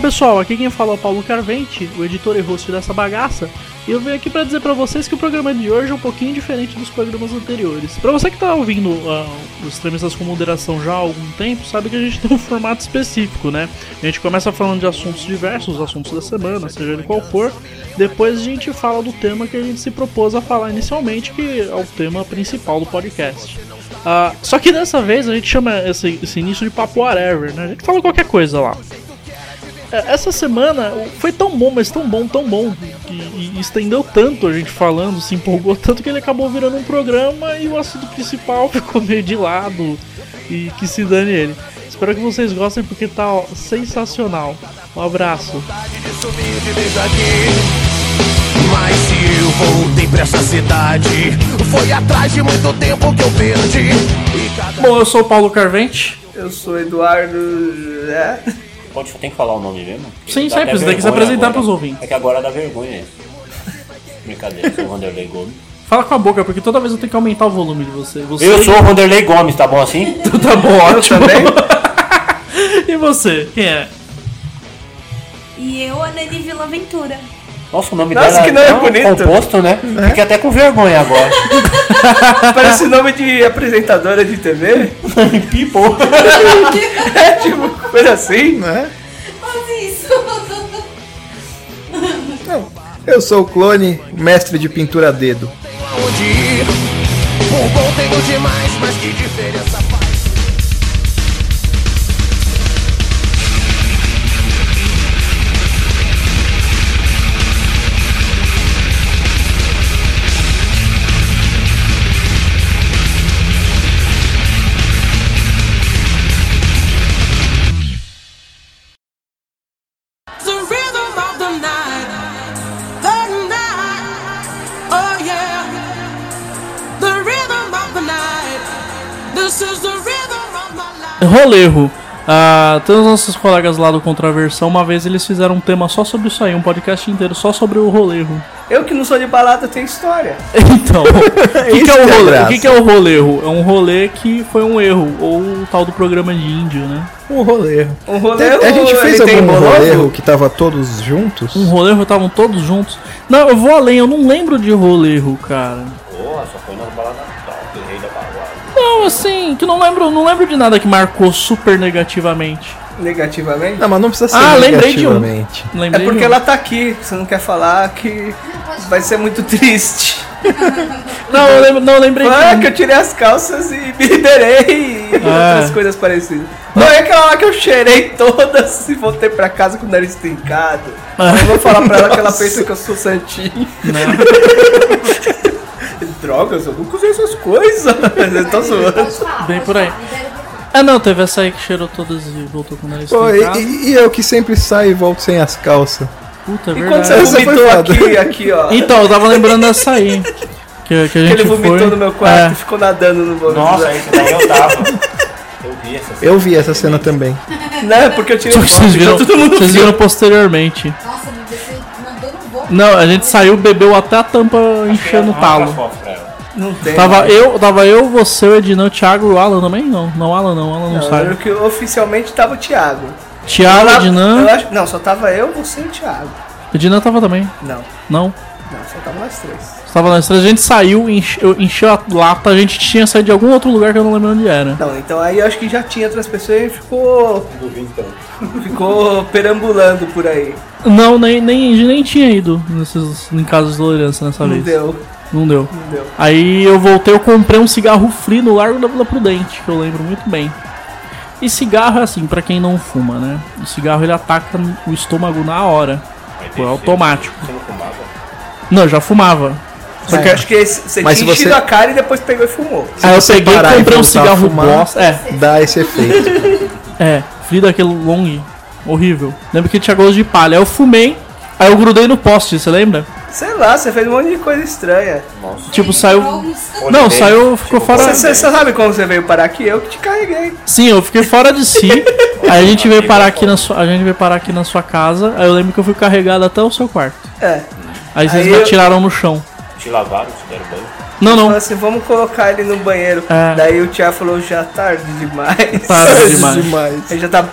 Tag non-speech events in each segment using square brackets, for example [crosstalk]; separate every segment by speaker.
Speaker 1: pessoal, aqui quem fala é o Paulo Carvente, o editor e host dessa bagaça, e eu venho aqui para dizer para vocês que o programa de hoje é um pouquinho diferente dos programas anteriores. Para você que tá ouvindo ah, os Tremistas com Moderação já há algum tempo, sabe que a gente [laughs] tem um formato específico, né? A gente começa falando de assuntos diversos, assuntos da semana, seja ele qual for, depois a gente fala do tema que a gente se propôs a falar inicialmente, que é o tema principal do podcast. Ah, só que dessa vez a gente chama esse, esse início de papo whatever, né? A gente fala qualquer coisa lá. É, Essa semana foi tão bom, mas tão bom, tão bom, que, e estendeu tanto a gente falando, se empolgou tanto que ele acabou virando um programa e o assunto principal [laughs] ficou meio de lado e que se dane ele. Espero que vocês gostem porque tá ó, sensacional. Um abraço.
Speaker 2: vontade de sumir de vez aqui. Mas se eu voltei pra essa cidade, foi atrás de muito tempo que eu perdi. E cada
Speaker 1: Bom, eu sou o Paulo Carvente.
Speaker 3: Eu sou Eduardo. É?
Speaker 4: Pode, tem que falar o nome mesmo?
Speaker 1: Sim,
Speaker 4: Dá
Speaker 1: sempre,
Speaker 4: até
Speaker 1: você tem que se
Speaker 4: vergonha
Speaker 1: apresentar
Speaker 4: agora.
Speaker 1: pros ouvintes.
Speaker 4: É que agora dá vergonha.
Speaker 5: [laughs]
Speaker 4: Brincadeira, eu sou o Vanderlei Gomes.
Speaker 1: Fala com a boca, porque toda vez eu tenho que aumentar o volume de você. Você
Speaker 4: Eu sou o Vanderlei Gomes, tá bom assim?
Speaker 1: tá bom, [laughs] ótimo.
Speaker 3: também.
Speaker 1: e você, quem é?
Speaker 6: E eu, a Nelly Vilaventura.
Speaker 4: Nossa, o nome
Speaker 3: Nossa,
Speaker 4: dela é
Speaker 3: que nome
Speaker 4: tão
Speaker 3: bonito.
Speaker 4: composto, né?
Speaker 5: É.
Speaker 4: Fiquei até com vergonha
Speaker 5: [laughs]
Speaker 4: agora.
Speaker 3: Parece nome de apresentadora de
Speaker 1: [laughs]
Speaker 3: TV.
Speaker 4: Pipou.
Speaker 3: É tipo, coisa assim.
Speaker 5: né?
Speaker 6: Faz isso.
Speaker 5: Eu sou o clone, mestre de pintura a dedo.
Speaker 2: tenho aonde ir. Por bom tenho demais, mas que diferença faz?
Speaker 7: The rhythm of the night, the night, oh yeah. The rhythm of the night, this is the rhythm of my life.
Speaker 1: Rolerro. Ah, todos os nossos colegas lá do Contraversão, uma vez eles fizeram um tema só sobre isso aí, um podcast inteiro só sobre o rolerro.
Speaker 3: Eu que não sou de balada tenho história.
Speaker 1: [laughs] Então, o que, que é
Speaker 5: Isso
Speaker 1: o
Speaker 5: que é
Speaker 1: rolê?
Speaker 5: graça.
Speaker 1: O que, que é o rolerro? É um rolê que foi um erro, ou o tal do programa de índio, né?
Speaker 5: Um rolê.
Speaker 3: Um rolê.
Speaker 5: a gente
Speaker 3: ele
Speaker 5: fez
Speaker 3: tem um
Speaker 5: algum
Speaker 3: monólogo?
Speaker 5: rolê que tava todos juntos?
Speaker 1: Um rolerro estavam todos juntos. Não, eu vou além, eu não lembro de rolerro, cara.
Speaker 4: Porra, só foi nas baladas top, rei da balada.
Speaker 1: Não, assim, que não lembro, não lembro de nada que marcou super negativamente.
Speaker 3: Negativamente?
Speaker 5: Não, mas não precisa ser
Speaker 1: Ah, lembrei de um.
Speaker 5: negativamente.
Speaker 3: É
Speaker 1: Lembrei
Speaker 3: porque
Speaker 1: de-
Speaker 3: ela tá aqui. Você não quer falar que vai ser muito triste.
Speaker 1: Não, eu lembro, não, eu lembrei
Speaker 3: Ah,
Speaker 1: de-
Speaker 3: que eu tirei as calças e me liberei e
Speaker 1: Ah.
Speaker 3: outras coisas parecidas. Não é aquela lá que eu cheirei todas e voltei pra casa com o nariz trincado.
Speaker 1: Ah.
Speaker 3: Eu vou falar pra ela que ela pensa que eu sou santinho. [laughs] Drogas, eu nunca usei essas coisas. Eu tô zoando.
Speaker 1: Bem por aí. Ah não, teve essa aí que cheirou todas e voltou com o nariz
Speaker 5: Pô,
Speaker 1: trancado.
Speaker 5: e, e- e eu que sempre saio e volto sem as calças.
Speaker 1: Puta, é
Speaker 3: E quando
Speaker 1: verdade.
Speaker 3: você
Speaker 5: Essa foi
Speaker 3: vomitou
Speaker 5: foda.
Speaker 3: aqui, aqui, ó. Que
Speaker 1: Então, eu tava lembrando dessa aí. Que, que a gente
Speaker 3: ele vomitou
Speaker 1: foi.
Speaker 3: no meu quarto e
Speaker 1: É.
Speaker 3: ficou nadando no vômito.
Speaker 4: Nossa, esse daí eu tava. Eu vi essa cena.
Speaker 5: tá Eu vi essa cena também.
Speaker 3: Né? Porque eu tirei
Speaker 1: Só
Speaker 3: tá
Speaker 1: que [laughs] vocês viram,
Speaker 3: todo mundo
Speaker 1: vocês viram posteriormente.
Speaker 6: Nossa, mas você mandou no bom.
Speaker 1: Não, a gente saiu, bebeu até a tampa enchendo o
Speaker 4: Arranca
Speaker 1: talo.
Speaker 4: só pra ela.
Speaker 3: Não tem. né?
Speaker 1: Tava eu, tava eu, você, o Edinão, o Thiago e o Alan também? Não, não, o Alan não, o Alan não,
Speaker 3: Eu
Speaker 1: sai.
Speaker 3: lembro que oficialmente tava o Thiago.
Speaker 1: Thiago,
Speaker 3: Eu-
Speaker 1: Edinão.
Speaker 3: eu acho- Não, só tava eu, você e o Thiago.
Speaker 1: O Edinão tava também.
Speaker 3: Não.
Speaker 1: Não.
Speaker 3: Não, só tava nós três.
Speaker 1: Tava nós três, a gente saiu, enche- eu- encheu a lata, a gente tinha saído de algum outro lugar que eu não lembro onde era.
Speaker 3: Não, então aí eu acho que já tinha outras pessoas e ficou. Ficou perambulando por aí.
Speaker 1: Não, nem, nem, nem tinha ido nesses, em casa de tolerância nessa
Speaker 3: Não
Speaker 1: vez.
Speaker 3: deu,
Speaker 1: Não deu.
Speaker 3: não deu.
Speaker 1: Aí eu voltei, eu comprei um cigarro free no Largo da Vila Prudente, que eu lembro muito bem. E cigarro é assim, pra quem não fuma, né? O cigarro ele ataca o estômago na hora. Foi automático.
Speaker 4: Você não fumava?
Speaker 1: Não, eu já fumava. Só
Speaker 3: Mas
Speaker 1: que
Speaker 3: eu acho que esse- você
Speaker 5: Mas
Speaker 3: tinha
Speaker 5: se
Speaker 3: enchido
Speaker 5: você-
Speaker 3: a cara e depois pegou e fumou.
Speaker 1: aí eu
Speaker 5: você
Speaker 1: peguei
Speaker 5: parar
Speaker 1: e
Speaker 5: e
Speaker 1: comprei um
Speaker 5: voltar a
Speaker 1: cigarro
Speaker 5: fumar-
Speaker 1: bosta. É,
Speaker 5: Dá esse efeito.
Speaker 1: É, frio daquele long, horrível. Lembro que tinha gosto de palha. Aí eu fumei, aí eu grudei no poste, você lembra?
Speaker 3: Sei lá, você fez um monte de coisa estranha.
Speaker 4: Nossa.
Speaker 1: Tipo, saiu.
Speaker 4: Olhei
Speaker 1: Não,
Speaker 4: bem.
Speaker 1: saiu, ficou
Speaker 4: Tipo,
Speaker 1: fora.
Speaker 3: Você, você- você sabe como você veio parar aqui? Eu que te carreguei.
Speaker 1: Sim, eu fiquei fora de
Speaker 3: [laughs]
Speaker 1: si. Aí a gente veio parar aqui na sua, a gente veio parar aqui na sua casa. Aí eu lembro que eu fui carregado até o seu quarto.
Speaker 3: É.
Speaker 1: Aí vocês
Speaker 3: Aí
Speaker 1: me
Speaker 3: eu-
Speaker 1: atiraram no chão.
Speaker 4: Te lavaram, te deram banho.
Speaker 1: Não,
Speaker 3: Falou
Speaker 1: não.
Speaker 3: assim, vamos colocar ele no banheiro.
Speaker 1: É. Tá,
Speaker 3: [laughs] Daí o Thiago falou, já tarde demais.
Speaker 1: Tarde demais.
Speaker 3: Ele já tá.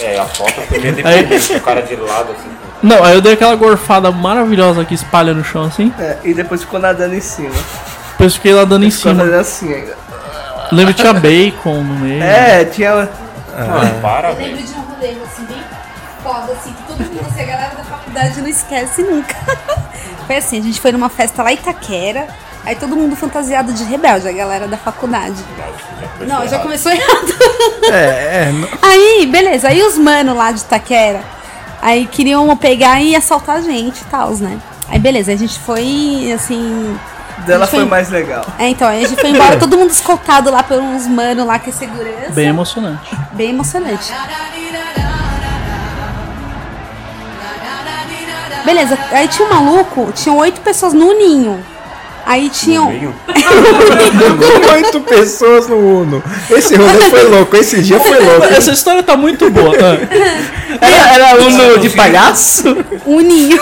Speaker 4: É, a foto primeiro dependente, o cara de lado assim.
Speaker 1: Não, aí eu dei aquela gorfada maravilhosa que espalha no chão assim.
Speaker 3: É, e depois ficou nadando em cima.
Speaker 1: Depois fiquei lá dando em
Speaker 3: Ficou
Speaker 1: cima.
Speaker 3: nadando assim ainda.
Speaker 1: Lembro que tinha bacon no meio.
Speaker 3: É, tinha.
Speaker 5: Ah.
Speaker 4: Mano, para,
Speaker 6: Eu lembro
Speaker 4: velho.
Speaker 6: de um rolê assim, bem foda, assim, que todo mundo, assim, a galera da faculdade não esquece nunca. [laughs] Foi assim, a gente foi numa festa lá em Itaquera, aí todo mundo fantasiado de rebelde, a galera da faculdade. Não, já começou errado.
Speaker 5: É, é. n-
Speaker 6: [laughs] Aí, beleza, aí os manos lá de Itaquera, aí queriam pegar e assaltar a gente e tal, né? Aí beleza, aí a gente foi, assim...
Speaker 3: Dela
Speaker 6: a gente
Speaker 3: foi mais legal.
Speaker 6: É, então, aí a gente foi
Speaker 5: [laughs]
Speaker 6: embora, todo mundo escoltado lá por uns manos lá que é segurança.
Speaker 1: Bem emocionante.
Speaker 6: Bem emocionante. Beleza, aí tinha um maluco, tinham oito pessoas no ninho. Aí um tinham.
Speaker 5: Oito pessoas no Uno. Esse rolê foi louco, esse dia foi louco.
Speaker 1: [laughs] Essa história tá muito boa.
Speaker 6: [laughs]
Speaker 1: era, era uso de palhaço?
Speaker 6: Um
Speaker 3: [laughs]
Speaker 6: ninho.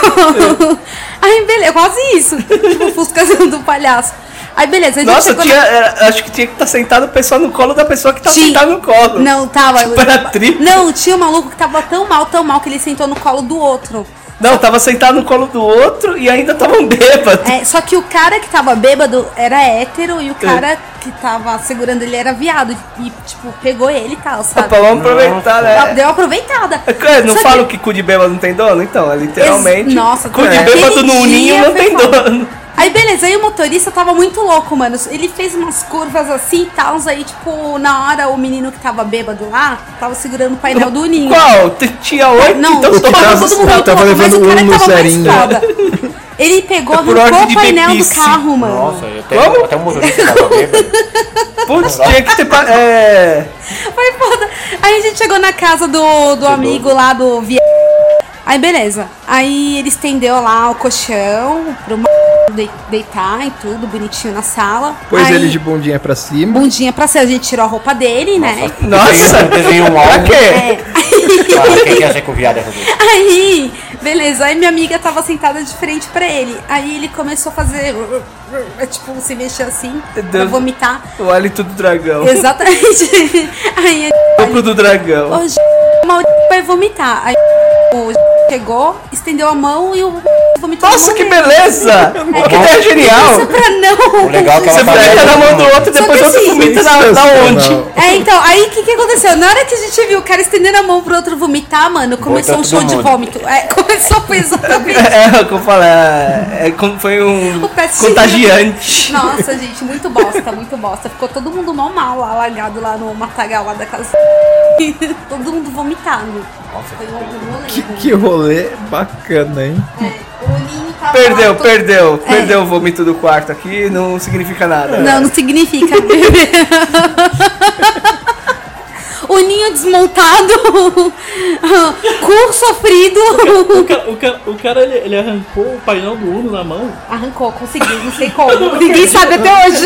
Speaker 6: aí, beleza, quase isso. Tipo, o Fusca do palhaço. Aí, beleza, a gente
Speaker 3: Nossa,
Speaker 6: chegou
Speaker 3: tinha,
Speaker 6: na-
Speaker 3: era- acho que tinha que estar sentado o pessoal no colo da pessoa que tá
Speaker 6: Tinha.
Speaker 3: sentada no colo.
Speaker 6: Não, tava.
Speaker 3: [laughs] Tipo, era triplo.
Speaker 6: Não, tinha um maluco que tava tão mal, tão mal, que ele sentou no colo do outro.
Speaker 3: Não, tava sentado no colo do outro e ainda tava um bêbado.
Speaker 6: É, só que o cara que tava bêbado era hétero
Speaker 3: É.
Speaker 6: e o cara que tava segurando ele era viado. E, tipo, pegou ele e tal, sabe?
Speaker 3: [laughs] Pra vamos aproveitar,
Speaker 6: Deu-
Speaker 3: né?
Speaker 6: Deu uma aproveitada.
Speaker 3: É, Não
Speaker 6: Só
Speaker 3: falo que cu de bêbado não tem dono? Então, é literalmente.
Speaker 6: Ex- nossa, é.
Speaker 3: cu de
Speaker 6: cara.
Speaker 3: bêbado
Speaker 6: Aquele
Speaker 3: no ninho
Speaker 6: dia
Speaker 3: não
Speaker 6: foi
Speaker 3: tem
Speaker 6: foda.
Speaker 3: dono.
Speaker 6: Aí beleza, aí o motorista tava muito louco, mano. Ele fez umas curvas assim e tal, aí tipo, na hora o menino que tava bêbado lá, tava segurando o painel do Ninho.
Speaker 3: Qual? T- Tinha oito,
Speaker 6: Não,
Speaker 3: então
Speaker 5: o que
Speaker 3: só-
Speaker 5: tava-
Speaker 6: todo mundo muito
Speaker 5: tava
Speaker 6: louco, mas
Speaker 5: levando
Speaker 6: o cara
Speaker 5: um no
Speaker 6: tava
Speaker 5: zerinho.
Speaker 6: mais foda. Ele pegou,
Speaker 3: É Por
Speaker 6: arrancou
Speaker 3: ordem
Speaker 6: o
Speaker 3: de
Speaker 6: painel do
Speaker 3: bebice.
Speaker 6: carro, mano.
Speaker 4: Nossa, eu
Speaker 3: Como?
Speaker 4: até, até o motorista tava bêbado.
Speaker 3: Putz, tinha que ter. pa- É.
Speaker 6: Foi foda. Aí a gente chegou na casa do, do amigo lá do Via. Aí beleza. Aí ele estendeu lá o colchão pro ma- de- deitar e tudo, bonitinho na sala.
Speaker 5: Pôs
Speaker 6: Aí,
Speaker 5: ele de bundinha pra cima.
Speaker 6: bundinha pra cima, a gente tirou a roupa dele, né?
Speaker 3: Nossa!
Speaker 4: Desenhou um
Speaker 3: Pra
Speaker 4: álbum.
Speaker 3: quê?
Speaker 4: Cara, quem que acha que o viado é Rodrigo?
Speaker 6: [laughs] Aí, beleza. Aí minha amiga tava sentada de frente pra ele. Aí ele começou a fazer. Tipo, se mexer assim, pra
Speaker 3: Deus.
Speaker 5: [laughs]
Speaker 6: vomitar.
Speaker 3: [laughs] O hálito do dragão.
Speaker 6: Exatamente. Aí
Speaker 3: O sopro do dragão.
Speaker 6: Ô, G, mal vai vomitar. Aí o G chegou, estendeu a mão e o vomitou.
Speaker 3: Nossa,
Speaker 6: na mão
Speaker 3: que
Speaker 6: dele.
Speaker 3: beleza! Que ideia
Speaker 6: Isso é
Speaker 3: genial!
Speaker 6: pra não.
Speaker 4: O legal é que ela
Speaker 3: Você
Speaker 4: tá
Speaker 3: pega na mão do outro e
Speaker 6: Só
Speaker 3: depois
Speaker 6: que
Speaker 3: outro
Speaker 6: assim-
Speaker 3: vomita na, na onde?
Speaker 6: É, então, aí o que, que aconteceu? Na hora que a gente viu o cara estendendo a mão pro outro vomitar, mano, começou
Speaker 4: Vomitou
Speaker 6: um show
Speaker 4: todo
Speaker 6: de
Speaker 4: mundo.
Speaker 6: vômito. É, [laughs] começou, foi
Speaker 3: [laughs]
Speaker 6: exatamente.
Speaker 3: [laughs] É, é o que eu falo, é, é como foi um
Speaker 6: O pestinho. [laughs]
Speaker 3: contagiante.
Speaker 6: Nossa, gente, muito bosta, muito bosta. Ficou todo mundo mal mal lá, largado lá no matagal lá da casa. [laughs] todo mundo vomitando. Nossa, foi um rolê.
Speaker 5: Que, que rolê bacana, hein?
Speaker 6: É, o Ninho tava lá,
Speaker 3: Perdeu,
Speaker 6: todo-
Speaker 3: perdeu, perdeu o vômito do quarto aqui, não significa nada.
Speaker 6: É. Não, não significa. o ninho desmontado, cu
Speaker 1: O
Speaker 6: sofrido.
Speaker 1: cara, o cara- o cara, ele, ele arrancou o painel do Uno na mão. [laughs]
Speaker 6: Arrancou, consegui, não sei como. Ninguém sabe até hoje.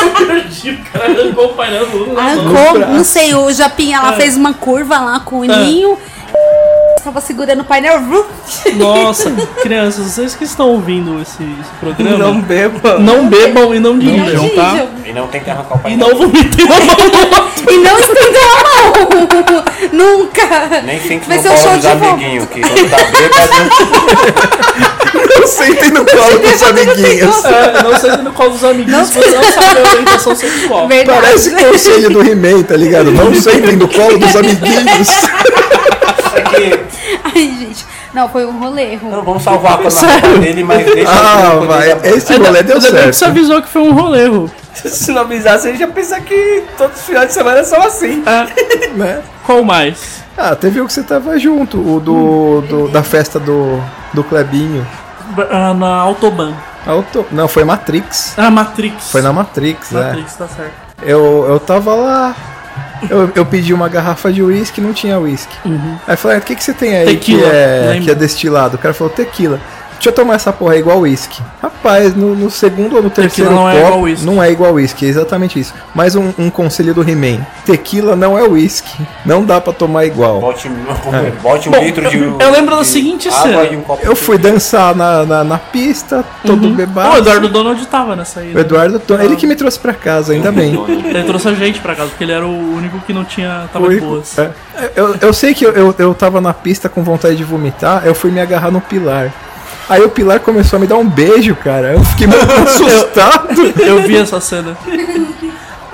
Speaker 1: Eu perdi, o cara arrancou o painel do Uno na mão.
Speaker 6: Arrancou, não sei, o Japinha lá fez uma curva lá com o ninho. Tava segurando o painel. vrum.
Speaker 1: Nossa, crianças, vocês que estão ouvindo esse, esse programa,
Speaker 3: Não
Speaker 1: não,
Speaker 3: beba.
Speaker 1: bebam e não dirijam,
Speaker 6: Não
Speaker 1: tá?
Speaker 6: dirijam.
Speaker 4: E não tem que arrancar o
Speaker 1: E
Speaker 4: painel.
Speaker 1: não vomitem na mão [laughs] do outro.
Speaker 6: E não estendeu a mão. Nunca.
Speaker 4: Nem sente
Speaker 6: Vai
Speaker 4: no
Speaker 6: ser um show
Speaker 4: colo dos
Speaker 6: de
Speaker 4: amiguinhos,
Speaker 6: vômito.
Speaker 4: que quando tá bêbado,
Speaker 5: Eu sentei no colo dos amiguinhos.
Speaker 1: É, não seja no colo dos amiguinhos se você não sabe a orientação sexual.
Speaker 6: Verdade.
Speaker 5: Parece conselho do He-Man, tá ligado? Não sentem no colo dos amiguinhos.
Speaker 6: Ai, gente. Não, foi um rolê. ruim.
Speaker 4: não vamos salvar com a roupa dele, mas deixa
Speaker 5: Ah,
Speaker 4: eu
Speaker 5: vai. Esse rolê deu
Speaker 1: Ainda bem que você
Speaker 5: certo.
Speaker 1: avisou que foi um rolê, Rô.
Speaker 3: [laughs] Se não avisasse, a gente ia pensar que todos os finais de semana são assim.
Speaker 4: Ah,
Speaker 5: Né?
Speaker 1: Qual mais?
Speaker 5: Ah, teve o que você tava junto, o do, do- da festa do, do Clebinho.
Speaker 1: Ah, na Autobahn.
Speaker 5: Auto... Não, foi Matrix.
Speaker 1: Ah, Matrix.
Speaker 5: Foi na Matrix, né?
Speaker 1: Matrix, tá certo.
Speaker 5: Eu, eu tava lá. Eu, eu pedi uma garrafa de uísque, não tinha uísque. Aí eu falei, ah, o que, que você tem aí que
Speaker 1: Uhum. Tequila,
Speaker 5: é,
Speaker 1: lembra?
Speaker 5: que é destilado? O cara falou, tequila. Deixa eu tomar essa porra, é igual uísque. Rapaz, no, no segundo ou no terceiro
Speaker 1: não é
Speaker 5: copo,
Speaker 1: igual uísque.
Speaker 5: não é igual uísque, é exatamente isso. Mais um, um conselho do He-Man. Tequila não é uísque, não dá pra tomar igual.
Speaker 4: Bote, bote um
Speaker 1: Bom,
Speaker 4: litro de.
Speaker 1: eu- eu lembro da
Speaker 4: de
Speaker 1: seguinte
Speaker 4: água
Speaker 1: cena.
Speaker 4: e um copo
Speaker 5: Eu
Speaker 4: de-
Speaker 5: fui dançar na, na, na pista, todo bebado.
Speaker 1: o Uhum. Eduardo Donald tava nessa aí.
Speaker 5: O
Speaker 1: né?
Speaker 5: Eduardo, Ton- ele que me trouxe pra casa,
Speaker 1: [laughs]
Speaker 5: ainda bem.
Speaker 1: Ele trouxe a gente pra casa, porque ele era o único que não tinha. tava
Speaker 5: Foi-
Speaker 1: de boas.
Speaker 5: é. Eu, eu sei que eu, eu, eu tava na pista com vontade de vomitar, eu fui me agarrar no pilar. Aí o pilar começou a me dar um beijo, cara. Eu fiquei muito assustado.
Speaker 1: Eu vi essa cena.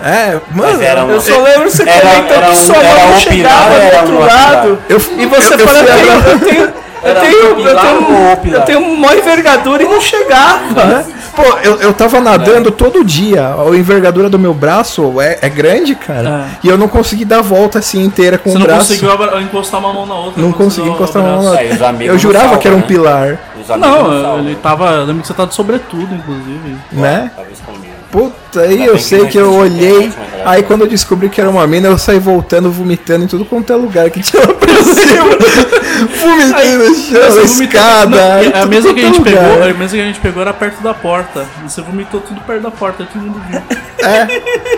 Speaker 5: É, mano.
Speaker 4: era uma-
Speaker 3: Eu só lembro que você
Speaker 4: é, Era-
Speaker 3: comentou
Speaker 4: era
Speaker 3: que
Speaker 4: um-
Speaker 3: sua
Speaker 4: era
Speaker 3: mão
Speaker 4: um
Speaker 3: chegava
Speaker 4: pilar,
Speaker 3: do
Speaker 4: era
Speaker 3: outro
Speaker 4: um
Speaker 3: lado.
Speaker 5: Eu,
Speaker 3: E você
Speaker 5: eu
Speaker 3: fala, eu
Speaker 5: fui
Speaker 3: tenho,
Speaker 5: agarrar-
Speaker 3: eu tenho, eu
Speaker 4: Era
Speaker 3: tenho, eu
Speaker 4: pilar ou
Speaker 3: tenho,
Speaker 4: pilar?
Speaker 3: eu tenho uma envergadura e não chegava.
Speaker 5: Pô, eu, eu tava nadando todo dia. A envergadura do meu braço é, é grande, cara. E eu não consegui dar a volta assim inteira com
Speaker 1: Você
Speaker 5: o
Speaker 1: não
Speaker 5: braço.
Speaker 1: conseguiu abra- encostar uma mão na outra.
Speaker 5: Não
Speaker 1: quando você
Speaker 5: consegui
Speaker 1: deu o
Speaker 5: encostar uma mão na
Speaker 1: abraço.
Speaker 5: outra.
Speaker 4: Aí os amigos
Speaker 5: Eu
Speaker 4: não
Speaker 5: jurava
Speaker 4: salvam,
Speaker 5: que era um
Speaker 4: né?
Speaker 5: pilar,
Speaker 4: Os amigos não
Speaker 1: Não,
Speaker 4: salvam.
Speaker 1: ele tava. Eu lembro que você tá de sobretudo, inclusive.
Speaker 5: né?
Speaker 4: Tava escondido.
Speaker 5: Puta, aí
Speaker 4: Ainda
Speaker 5: eu
Speaker 4: bem que
Speaker 5: sei
Speaker 4: não
Speaker 5: que eu
Speaker 4: existe
Speaker 5: olhei.
Speaker 4: internet, mas era
Speaker 5: Aí
Speaker 4: legal.
Speaker 5: quando eu descobri que era uma mina, eu saí voltando, vomitando em tudo quanto é lugar que tinha [laughs] lá pra
Speaker 1: [laughs]
Speaker 5: cima. Vomitei no chão,
Speaker 1: Você vomitou- Não,
Speaker 5: escada. em
Speaker 1: a
Speaker 5: tudo
Speaker 1: mesa que a
Speaker 5: quanto é
Speaker 1: gente
Speaker 5: lugar.
Speaker 1: pegou, né? a mesa que a gente pegou era perto da porta. E você vomitou tudo perto da porta, todo mundo viu.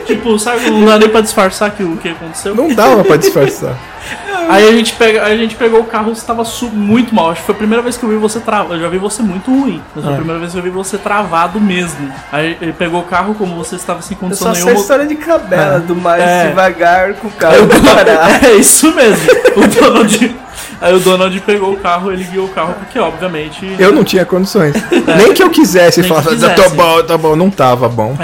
Speaker 1: Tipo, sabe, não dá nem pra disfarçar que, o que aconteceu.
Speaker 5: É? Não dava pra disfarçar.
Speaker 1: Aí a gente, pega, a gente pegou o carro, você tava su- muito mal. Acho que foi a primeira vez que eu vi você travado. Eu já vi você muito ruim. Mas
Speaker 5: É.
Speaker 1: foi a primeira vez que eu vi você travado mesmo. Aí ele pegou o carro, como você estava sem
Speaker 3: Eu
Speaker 1: condição
Speaker 3: só sei a
Speaker 1: nenhuma.
Speaker 3: história de cabela, do mais
Speaker 1: É.
Speaker 3: devagar com o carro parado.
Speaker 1: [laughs] É isso mesmo.
Speaker 3: [laughs]
Speaker 1: O Donald. Aí o Donald pegou o carro, ele guiou o carro, porque obviamente.
Speaker 5: Eu não tinha condições. Nem que eu quisesse
Speaker 1: É. Nem que
Speaker 5: falar,
Speaker 1: quisesse.
Speaker 5: tá bom, tá bom. Não tava bom.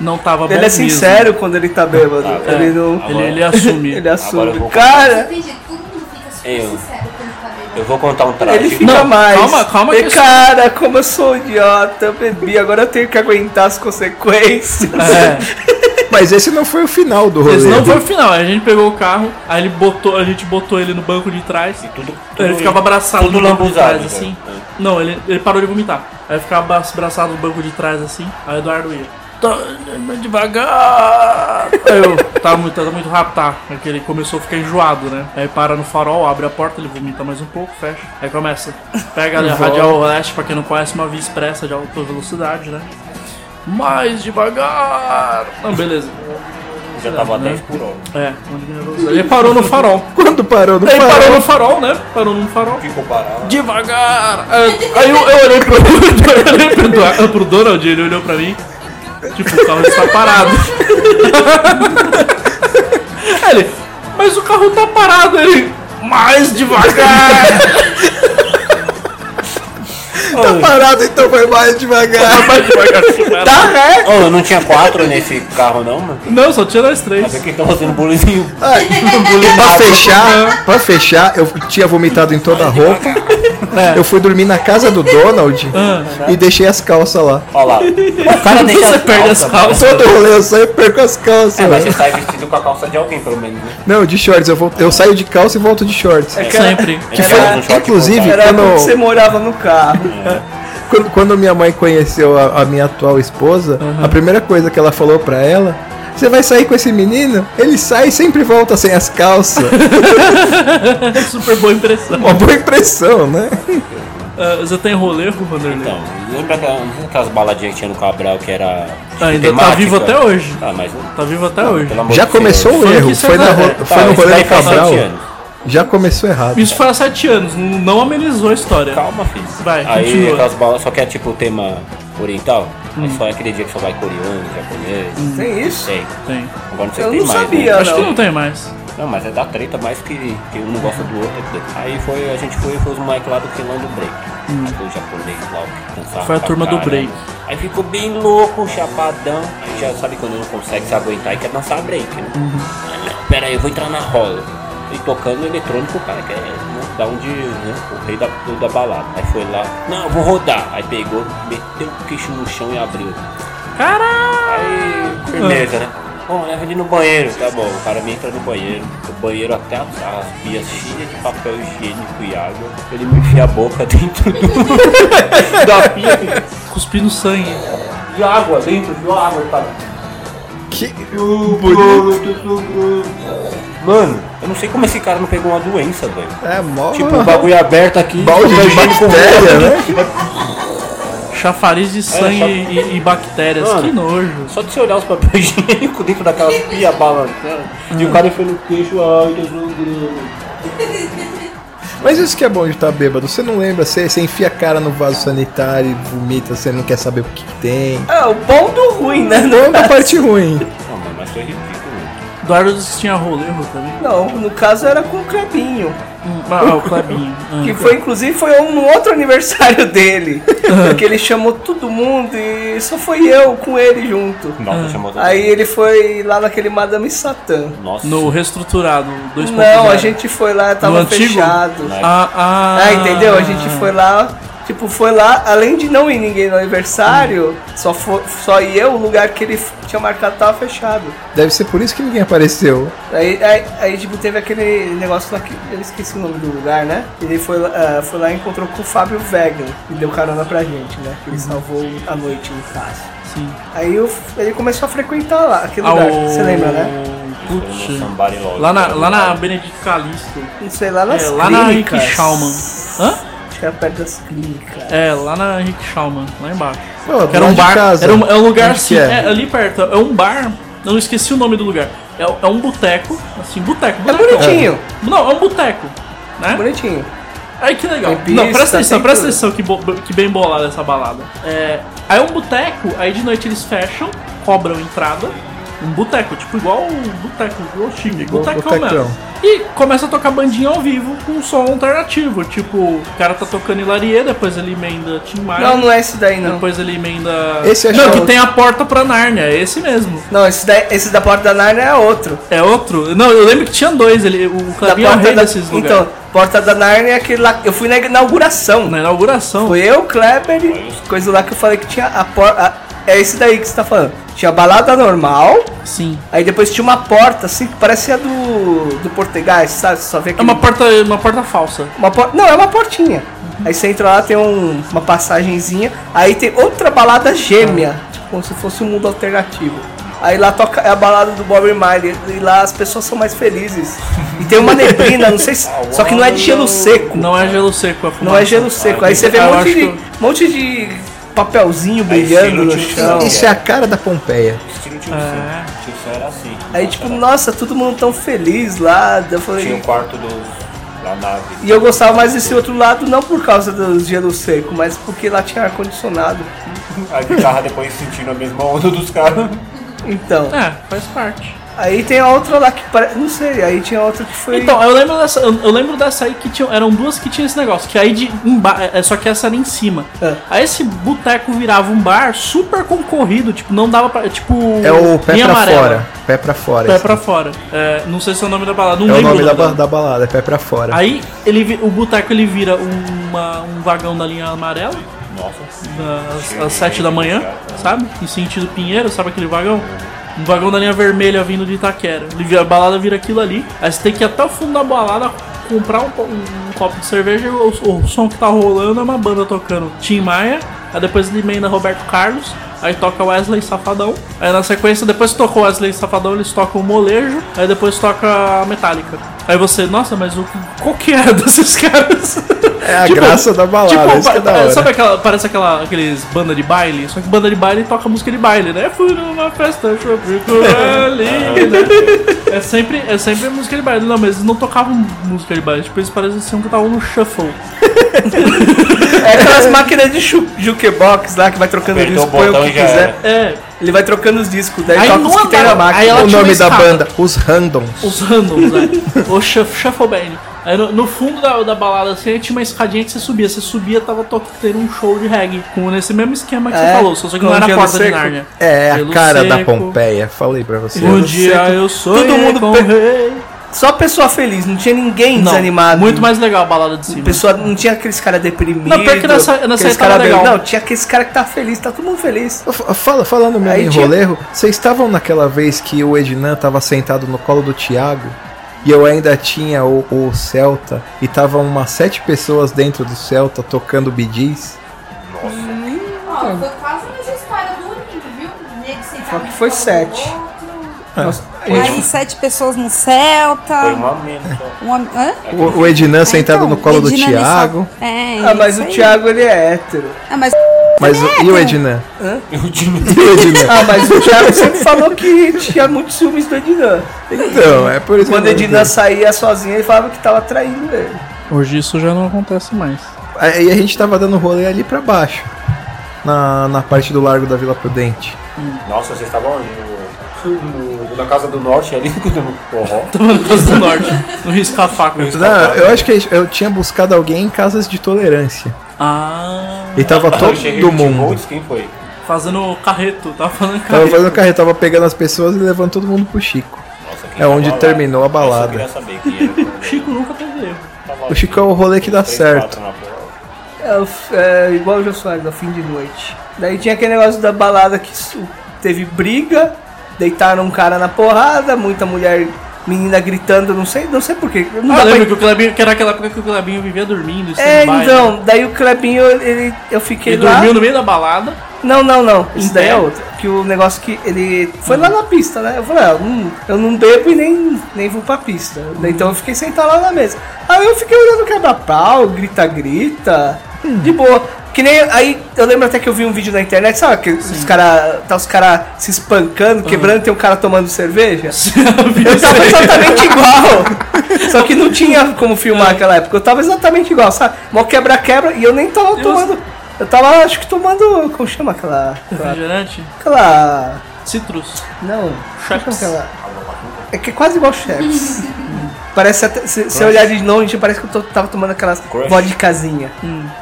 Speaker 1: Não tava bom.
Speaker 3: Ele é
Speaker 1: mesmo.
Speaker 3: sincero quando ele tá bêbado.
Speaker 4: Tá,
Speaker 3: Ele não.
Speaker 1: Ele, ele assume.
Speaker 3: Ele é
Speaker 4: Agora eu
Speaker 3: assume.
Speaker 4: vou-
Speaker 3: Cara,
Speaker 6: Tem jeito, todo mundo fica super
Speaker 4: Eu.
Speaker 6: sincero quando tá bebendo.
Speaker 4: Eu vou contar um traje.
Speaker 3: ele fica
Speaker 1: Não,
Speaker 3: mais.
Speaker 1: calma, calma
Speaker 3: E,
Speaker 1: que eu-
Speaker 3: cara, como eu sou idiota, eu bebi, agora eu tenho que aguentar as consequências.
Speaker 1: É.
Speaker 3: [laughs]
Speaker 5: Mas esse não foi o final do rolê.
Speaker 1: Esse não foi o final. A gente pegou o carro, aí ele botou, a gente botou ele no banco de trás.
Speaker 4: Tudo,
Speaker 1: ele
Speaker 4: tudo-
Speaker 1: ficava abraçado
Speaker 4: tudo
Speaker 1: no banco de
Speaker 4: lambuzado,
Speaker 1: trás, assim.
Speaker 4: né?
Speaker 1: Não, ele, ele parou de vomitar. Aí ficava abra- abraçado no banco de trás, assim. Aí o Eduardo ia. Tá, anda devagar. Aí eu, tá muito, tá muito rápido, tá. É que ele começou a ficar enjoado, né? Aí para no farol, abre a porta, ele vomita mais um pouco, fecha. Aí começa. Pega a radial leste, pra quem não conhece, uma via expressa de alta velocidade, né? Mais devagar. Não, beleza.
Speaker 4: Já tava 10 por hora.
Speaker 1: É, onde ele usou. ele parou no farol.
Speaker 5: Quando parou, não
Speaker 1: Ele
Speaker 5: parou.
Speaker 1: parou no farol, né? Parou no farol.
Speaker 4: Ficou parado.
Speaker 3: [laughs]
Speaker 1: Devagar! Aí eu- Aí eu, eu olhei pro, [laughs] eu olhei pro, Eduardo- pro Donald, ele olhou pra mim. Tipo, o carro está parado. [laughs] Aí ele, mas o carro tá parado, ele. Mais devagar!
Speaker 5: Tá parado, então foi mais devagar.
Speaker 1: Mais devagar. Tá?
Speaker 4: Oh, eu não tinha quatro nesse carro, não, mano.
Speaker 1: Não, só tinha nós três.
Speaker 4: Sabe que tava sendo bullying.
Speaker 1: Ah, tá
Speaker 5: pra fechar, pra fechar, eu tinha vomitado em toda a roupa.
Speaker 1: É.
Speaker 5: Eu fui dormir na casa do Donald
Speaker 1: Ah.
Speaker 5: e deixei as calças lá.
Speaker 4: Olha lá. O cara deixa
Speaker 1: Você perde as calças.
Speaker 5: Todo rolê eu saio e perco as calças.
Speaker 4: É, mas você
Speaker 5: velho.
Speaker 4: sai vestido com a calça de alguém, pelo menos, né?
Speaker 5: Não, de shorts, eu, volto, eu saio de calça e volto de shorts.
Speaker 1: Sempre.
Speaker 4: Que
Speaker 5: foi- inclusive,
Speaker 3: Era
Speaker 5: Quando-
Speaker 3: É, quando
Speaker 1: [laughs]
Speaker 3: você morava no carro.
Speaker 5: Quando, quando minha mãe conheceu a, a minha atual esposa, a primeira coisa que ela falou pra ela. Você vai sair com esse menino? Ele sai e sempre volta sem as calças.
Speaker 1: Super boa impressão.
Speaker 5: Uma boa impressão, né?
Speaker 1: Ah, você tem rolê, Wanderlei?
Speaker 4: Então, lembra aquelas, aquelas baladinhas que tinha no Cabral que era.
Speaker 1: Ah, ainda tá vivo até hoje.
Speaker 4: Ah, mas.
Speaker 1: Tá vivo até hoje.
Speaker 4: pelo amor
Speaker 5: Já
Speaker 4: de Deus.
Speaker 5: começou o
Speaker 1: Foi
Speaker 5: erro.
Speaker 1: que
Speaker 5: Foi, na, ro-
Speaker 1: você-
Speaker 5: foi
Speaker 4: Tá,
Speaker 5: no
Speaker 4: isso
Speaker 5: rolê
Speaker 4: daí
Speaker 5: do
Speaker 4: faz sete
Speaker 5: Cabral.
Speaker 4: anos.
Speaker 5: Já começou errado.
Speaker 1: Isso foi há sete anos, não não amenizou a história.
Speaker 4: Calma, filho.
Speaker 1: Vai,
Speaker 4: Aí
Speaker 1: continua. Hum.
Speaker 4: aquelas balas, só que é tipo o tema oriental. Aí só é aquele dia que só vai coreano, japonês.
Speaker 3: Tem isso?
Speaker 4: Sei.
Speaker 1: Tem.
Speaker 4: Agora não sei
Speaker 3: Eu
Speaker 4: se tem
Speaker 3: não
Speaker 4: mais.
Speaker 3: sabia,
Speaker 4: né?
Speaker 1: Hum. Acho
Speaker 3: Ah, não.
Speaker 1: que não tem mais.
Speaker 4: Não, mas é da treta mais que, que um não gosta do outro. Aí foi, a gente foi, foi os moleques lá do Quilão do Break. Aí Foi o japonês lá, o que dançava
Speaker 1: Hum. Foi a
Speaker 4: pra
Speaker 1: turma do
Speaker 4: caralho.
Speaker 1: break.
Speaker 4: Aí ficou bem louco, chapadão. Aí já sabe quando não consegue se aguentar e quer dançar break, né?
Speaker 1: Uhum.
Speaker 4: Aí, não, pera aí, eu vou entrar na rola. E tocando eletrônico, o cara, que é né, da onde, né, o rei da, do- da balada. Aí foi lá, não, eu vou rodar. Aí pegou, meteu o queixo no chão e abriu.
Speaker 1: Caralho!
Speaker 4: Aí, firmeza, né? Bom, leva ele no banheiro, tá bom. O cara me entra no banheiro, o banheiro até as, as pias cheias de papel higiênico e água. Ele me enfia a boca [laughs] dentro do, da pia
Speaker 1: Cuspindo sangue.
Speaker 4: de água, dentro de água, tá?
Speaker 5: Que bonito.
Speaker 4: Mano, eu não sei como esse cara não pegou uma doença, velho.
Speaker 5: É mó.
Speaker 4: Tipo, o bagulho aberto aqui.
Speaker 5: balde de bactéria, né?
Speaker 1: Chafariz de sangue
Speaker 3: É,
Speaker 4: chaf-
Speaker 1: e, e bactérias.
Speaker 4: Mano.
Speaker 1: Que nojo.
Speaker 4: Só de você olhar os papéis [laughs] higiênicos dentro daquela pia balançando. E o cara foi no queixo, ai, Jesus, grande.
Speaker 5: Mas isso que é bom de estar bêbado, você não lembra, você, você enfia a cara no vaso sanitário e vomita, você não quer saber É, o que, que tem.
Speaker 3: Ah, o bom do ruim, né?
Speaker 5: Então é a parte ruim.
Speaker 4: Não, mano, mas foi ridículo. mano.
Speaker 1: Eduardo tinha rolê, rolê também.
Speaker 3: Não, no caso era com o Clebinho.
Speaker 1: Ah,
Speaker 3: [laughs]
Speaker 1: o Clebinho. Ah.
Speaker 3: Que foi, inclusive, foi um no outro aniversário [laughs] dele. Porque ele chamou todo mundo e só foi eu com ele junto.
Speaker 1: É.
Speaker 4: Nossa, chamou todo
Speaker 3: Aí ele foi lá naquele Madame Satã.
Speaker 4: mundo. Nossa.
Speaker 1: No reestruturado 2.0.
Speaker 3: Não, a gente foi lá, tava
Speaker 1: No antigo?
Speaker 3: fechado.
Speaker 1: Ah, ah,
Speaker 3: Ah, entendeu? A gente foi lá, tipo, foi lá, além de não ir ninguém no aniversário, só, foi, só ia eu, o lugar que ele f- tinha marcado tava fechado.
Speaker 5: Deve ser por isso que ninguém apareceu.
Speaker 3: Aí, aí, aí, tipo, teve aquele negócio lá que eu esqueci o nome do lugar, né? Ele foi, lá- ah, foi lá e encontrou com o Fábio Vegan, e deu carona pra gente, né? Que ele salvou a noite, no caso.
Speaker 1: Sim.
Speaker 3: Aí eu- ele começou a frequentar lá, aquele
Speaker 1: Ah,
Speaker 3: lugar,
Speaker 1: o-
Speaker 3: você lembra, né?
Speaker 1: Putz.
Speaker 4: No Somebody Love.
Speaker 1: Lá na, lá na Benedito Calixto.
Speaker 3: Não sei, lá nas
Speaker 1: É, lá na Henrique
Speaker 3: clínicas.
Speaker 1: Schaumann. Hã?
Speaker 3: Acho que era perto das clínicas.
Speaker 1: É, lá na Henrique Schaumann, lá embaixo.
Speaker 5: Pô, do
Speaker 1: era
Speaker 5: lado
Speaker 1: um
Speaker 5: de
Speaker 1: bar.
Speaker 5: casa.
Speaker 1: Era um, é um lugar
Speaker 5: Onde
Speaker 1: assim,
Speaker 5: que
Speaker 1: é?
Speaker 5: é?
Speaker 1: ali perto. É um bar. Eu não esqueci o nome do lugar. É, é um boteco, assim, boteco.
Speaker 3: É
Speaker 1: botecão.
Speaker 3: bonitinho, é
Speaker 1: Não, é um boteco. Né?
Speaker 3: bonitinho.
Speaker 1: Ai que legal.
Speaker 3: Tem
Speaker 1: não,
Speaker 3: pista,
Speaker 1: presta atenção,
Speaker 3: tem
Speaker 1: presta
Speaker 3: tudo.
Speaker 1: atenção que, bo- que bem bolada essa balada. É, aí é um boteco, aí de noite eles fecham, cobram entrada. Um boteco, tipo igual o boteco, igual o chique,
Speaker 5: Igual
Speaker 1: botecão
Speaker 5: botecão.
Speaker 1: mesmo. E começa a tocar bandinha ao vivo com um som alternativo. Tipo, o cara tá tocando Hilarie, depois ele emenda Tim Maia.
Speaker 3: Não, não é esse daí, não.
Speaker 1: Depois ele emenda.
Speaker 5: Esse é
Speaker 1: não,
Speaker 5: show.
Speaker 1: que tem a porta pra Narnia, é esse mesmo.
Speaker 3: Não, esse, daí, esse da Porta da Narnia é outro.
Speaker 1: É outro? Não, eu lembro que tinha dois. Ele, o
Speaker 3: Da
Speaker 1: Clavinho é o
Speaker 3: porta
Speaker 1: rei
Speaker 3: da...
Speaker 1: desses lugares.
Speaker 3: Então, Porta da Narnia é aquele lá. Eu fui na inauguração.
Speaker 1: Na inauguração.
Speaker 3: Foi eu, Kleber, e coisa lá que eu falei que tinha a porta. É esse daí que você tá falando. Tinha a balada normal,
Speaker 1: Sim.
Speaker 3: aí depois tinha uma porta assim, que parecia a do. do Portegás, sabe? Você só vê
Speaker 1: É
Speaker 3: que.
Speaker 1: uma porta, uma porta falsa.
Speaker 3: Uma por- Não, é uma portinha. Aí você entra lá, tem um- uma passagenzinha. Aí tem outra balada gêmea, tipo, como se fosse um mundo alternativo. Aí lá toca é a balada do Bob Marley. E lá as pessoas são mais felizes. E tem uma neblina, não sei se. Só que não é de gelo seco.
Speaker 1: Não é gelo seco a
Speaker 3: Não
Speaker 1: fumaça.
Speaker 3: é gelo seco. Aí você vê
Speaker 1: Ah, eu
Speaker 3: um monte
Speaker 1: acho
Speaker 3: de,
Speaker 1: que
Speaker 3: monte de papelzinho brilhando
Speaker 4: sim,
Speaker 3: no
Speaker 4: eu tinha-
Speaker 3: chão.
Speaker 5: Isso é a cara da Pompeia.
Speaker 4: Estilo tio
Speaker 1: É.
Speaker 4: Sam. Tio Sam era assim.
Speaker 3: Aí tipo, nossa, todo mundo tão feliz lá. Eu falei,
Speaker 4: Tinha o quarto dos... da nave.
Speaker 3: E eu gostava mais desse outro lado, não por causa do gelo seco, mas porque lá tinha ar-condicionado.
Speaker 4: A guitarra depois sentindo a mesma onda dos caras.
Speaker 3: Então,
Speaker 1: É, faz parte.
Speaker 3: aí tem a outra lá que parece. Não sei, aí tinha outra que foi.
Speaker 1: Então, eu lembro dessa, eu, eu lembro dessa aí que tinha, eram duas que tinha esse negócio, que aí de um bar, é, só que essa era em cima.
Speaker 3: É.
Speaker 1: Aí esse boteco virava um bar super concorrido, tipo, não dava pra, tipo,
Speaker 5: É o pé
Speaker 1: linha
Speaker 5: pra
Speaker 1: amarela.
Speaker 5: fora. Pé pra fora.
Speaker 1: Pé
Speaker 5: esse.
Speaker 1: pra fora. É, não sei se é o nome da balada, não
Speaker 5: É o
Speaker 1: lembro.
Speaker 5: nome da, ba-
Speaker 1: dela.
Speaker 5: da balada, é pé pra fora.
Speaker 1: Aí ele, vi- o boteco ele vira uma- um vagão da linha amarela,
Speaker 4: Nossa.
Speaker 1: das- às sete da manhã, sabe? Em sentido Pinheiro, sabe aquele vagão? Um vagão da linha vermelha vindo de Itaquera. Ele vira- A balada vira aquilo ali. Aí você tem que ir até o fundo da balada comprar um, po- um copo de cerveja e o, o som que tá rolando é uma banda tocando Tim Maia. Aí depois ele emenda Roberto Carlos. Aí toca Wesley Safadão. Aí na sequência, depois que tocou Wesley Safadão, eles tocam o molejo. Aí depois toca a Metallica. Aí você, nossa, mas o, qual que é [laughs] desses caras?
Speaker 5: É a graça da balada, isso que é
Speaker 1: pa-
Speaker 5: da hora.
Speaker 1: tipo, Sabe aquela, parece aquela, aqueles banda de baile? Só que banda de baile toca música de baile, né? Fui numa festa tropical ali, né? É sempre, é sempre música de baile. Não, mas eles não tocavam música de baile. Tipo, eles parecem ser um que estavam no shuffle.
Speaker 3: É aquelas máquinas de ju- jukebox lá que vai trocando
Speaker 4: Apertou
Speaker 3: disco,
Speaker 4: o
Speaker 3: põe o
Speaker 4: botão
Speaker 3: que
Speaker 4: e já
Speaker 3: quiser.
Speaker 4: era.
Speaker 1: É,
Speaker 3: Ele vai trocando os discos, daí
Speaker 1: Aí
Speaker 3: toca os
Speaker 1: não
Speaker 3: que tem na
Speaker 1: andaram.
Speaker 3: máquina.
Speaker 1: Aí ela
Speaker 5: o
Speaker 1: tinha uma
Speaker 5: nome da
Speaker 1: escada.
Speaker 5: banda, os Randoms.
Speaker 1: os randoms, né? O shuff- shuffle band. Aí no, no fundo da, da balada, assim, aí tinha uma escadinha que você subia. Você subia, tava to- tendo um show de reggae. Com, nesse mesmo esquema que
Speaker 3: É,
Speaker 1: você falou, só que não
Speaker 3: com
Speaker 1: era a
Speaker 3: gelo
Speaker 1: porta de
Speaker 3: seco.
Speaker 1: Nárnia.
Speaker 5: É a
Speaker 1: Gelo
Speaker 5: cara da
Speaker 1: seco.
Speaker 5: Pompeia, falei pra você.
Speaker 1: Um
Speaker 3: Gelo
Speaker 1: dia
Speaker 3: seco.
Speaker 1: eu sou
Speaker 3: Todo mundo
Speaker 1: com
Speaker 3: pe-
Speaker 1: o rei.
Speaker 3: Só pessoa feliz, não tinha ninguém
Speaker 1: Não,
Speaker 3: desanimado.
Speaker 1: Muito mais legal a balada de cima.
Speaker 3: Pessoa, não tinha aqueles caras deprimidos.
Speaker 1: Não, pior que nessa- nessa
Speaker 3: aqueles
Speaker 1: aí tava
Speaker 3: cara
Speaker 1: legal.
Speaker 3: Não, tinha aqueles caras que tá feliz, tá todo mundo feliz.
Speaker 5: F- Fala, falando mesmo
Speaker 3: Aí
Speaker 5: em
Speaker 3: tinha-
Speaker 5: rolerro, vocês estavam naquela vez que o Ednan tava sentado no colo do Thiago e eu ainda tinha o, o Celta e tava umas sete pessoas dentro do Celta tocando bidis?
Speaker 6: Ó, foi quase a mesma história do domingo, viu? O nego sentava
Speaker 3: Só que foi
Speaker 6: no colo do
Speaker 3: sete.
Speaker 6: outro.
Speaker 1: É.
Speaker 3: Nossa,
Speaker 5: um-
Speaker 6: Aí sete pessoas no Celta.
Speaker 4: Foi uma menos só.
Speaker 6: Uma... Hã?
Speaker 5: O, o Ednan
Speaker 6: Ah,
Speaker 5: Tá sentado
Speaker 6: então,
Speaker 5: no colo do
Speaker 6: Edina nessa-
Speaker 5: Thiago.
Speaker 6: É,
Speaker 3: ah, mas
Speaker 6: isso
Speaker 3: o
Speaker 6: aí.
Speaker 3: Thiago ele é hétero.
Speaker 6: Ah, mas
Speaker 5: Mas o- e
Speaker 6: hétero.
Speaker 5: o Ednan?
Speaker 4: Eu digo,
Speaker 5: [laughs] E o Ednan?
Speaker 3: É, [laughs] Ah, mas o Thiago sempre falou que tinha muitos ciúmes do Ednan.
Speaker 5: [laughs] Então, é por isso
Speaker 1: né?
Speaker 3: Quando a
Speaker 5: eu não
Speaker 3: Edna saía sozinha, ele falava que tava traindo ele.
Speaker 1: Hoje isso já não acontece mais.
Speaker 5: Aí a gente tava dando rolê ali pra baixo. Na, na parte do largo da Vila Prudente.
Speaker 4: Nossa, vocês estavam onde? No- no- na Casa do Norte ali, [laughs] no forró.
Speaker 1: Tomando Casa do Norte. No risco a faca.
Speaker 5: Não, eu acho que eu tinha buscado alguém em casas de tolerância.
Speaker 1: Ah.
Speaker 5: E tava
Speaker 4: Ah, eu cheguei
Speaker 5: todo
Speaker 4: de
Speaker 5: mundo.
Speaker 4: Volts, Quem foi?
Speaker 1: Fazendo carreto. Tava falando
Speaker 5: Tava
Speaker 1: carreto.
Speaker 5: fazendo carreira, tava pegando as pessoas e levando todo mundo pro Chico.
Speaker 4: Nossa, quem
Speaker 5: É onde
Speaker 4: tava lá?
Speaker 5: terminou a
Speaker 4: Nossa,
Speaker 5: balada.
Speaker 4: Eu queria saber quem era.
Speaker 1: O Chico nunca teve erro.
Speaker 4: Tava
Speaker 5: O Chico é o rolê que dá
Speaker 4: três,
Speaker 5: [laughs] certo.
Speaker 4: quatro na bola.
Speaker 3: É, o f- é igual o Jô Soares, ao fim de noite. Daí tinha aquele negócio da balada que su- teve briga, deitaram um cara na porrada, muita mulher, menina gritando, não sei, não sei porquê. Não
Speaker 1: Ah,
Speaker 3: dá pra
Speaker 1: lembra que o Clebinho, que era aquela época que o Clebinho vivia dormindo.
Speaker 3: É,
Speaker 1: stand-by, né?
Speaker 3: então, daí o Clebinho, ele, eu fiquei
Speaker 1: Ele
Speaker 3: lá.
Speaker 1: dormiu no meio da balada. [laughs]
Speaker 3: Não, não, não. Isso daí é
Speaker 1: Sério?
Speaker 3: outro. Que o negócio que ele foi lá na pista, né? Eu falei, ah, hum, eu não bebo e nem, nem vou pra pista. Daí Então eu fiquei sentado lá na mesa. Aí eu fiquei olhando quebra-pau, grita-grita. De boa. Que nem. Aí eu lembro até que eu vi um vídeo na internet, sabe? Que os caras. Tá os caras se espancando, quebrando, tem um cara tomando cerveja. Eu tava exatamente igual. Só que não tinha como filmar aquela época. Eu tava exatamente igual, sabe? Mó quebra-quebra e eu nem tava tomando. Eu tava, acho que tomando. Como chama aquela. Aquela.
Speaker 1: Refrigerante.
Speaker 3: aquela-
Speaker 1: Citrus.
Speaker 3: não.
Speaker 1: Chaps.
Speaker 3: como chama aquela? É que é quase igual Chaps. Parece até, se, se eu olhar de longe, parece que eu tô- tava tomando aquelas
Speaker 4: Crush.
Speaker 3: vodkazinha.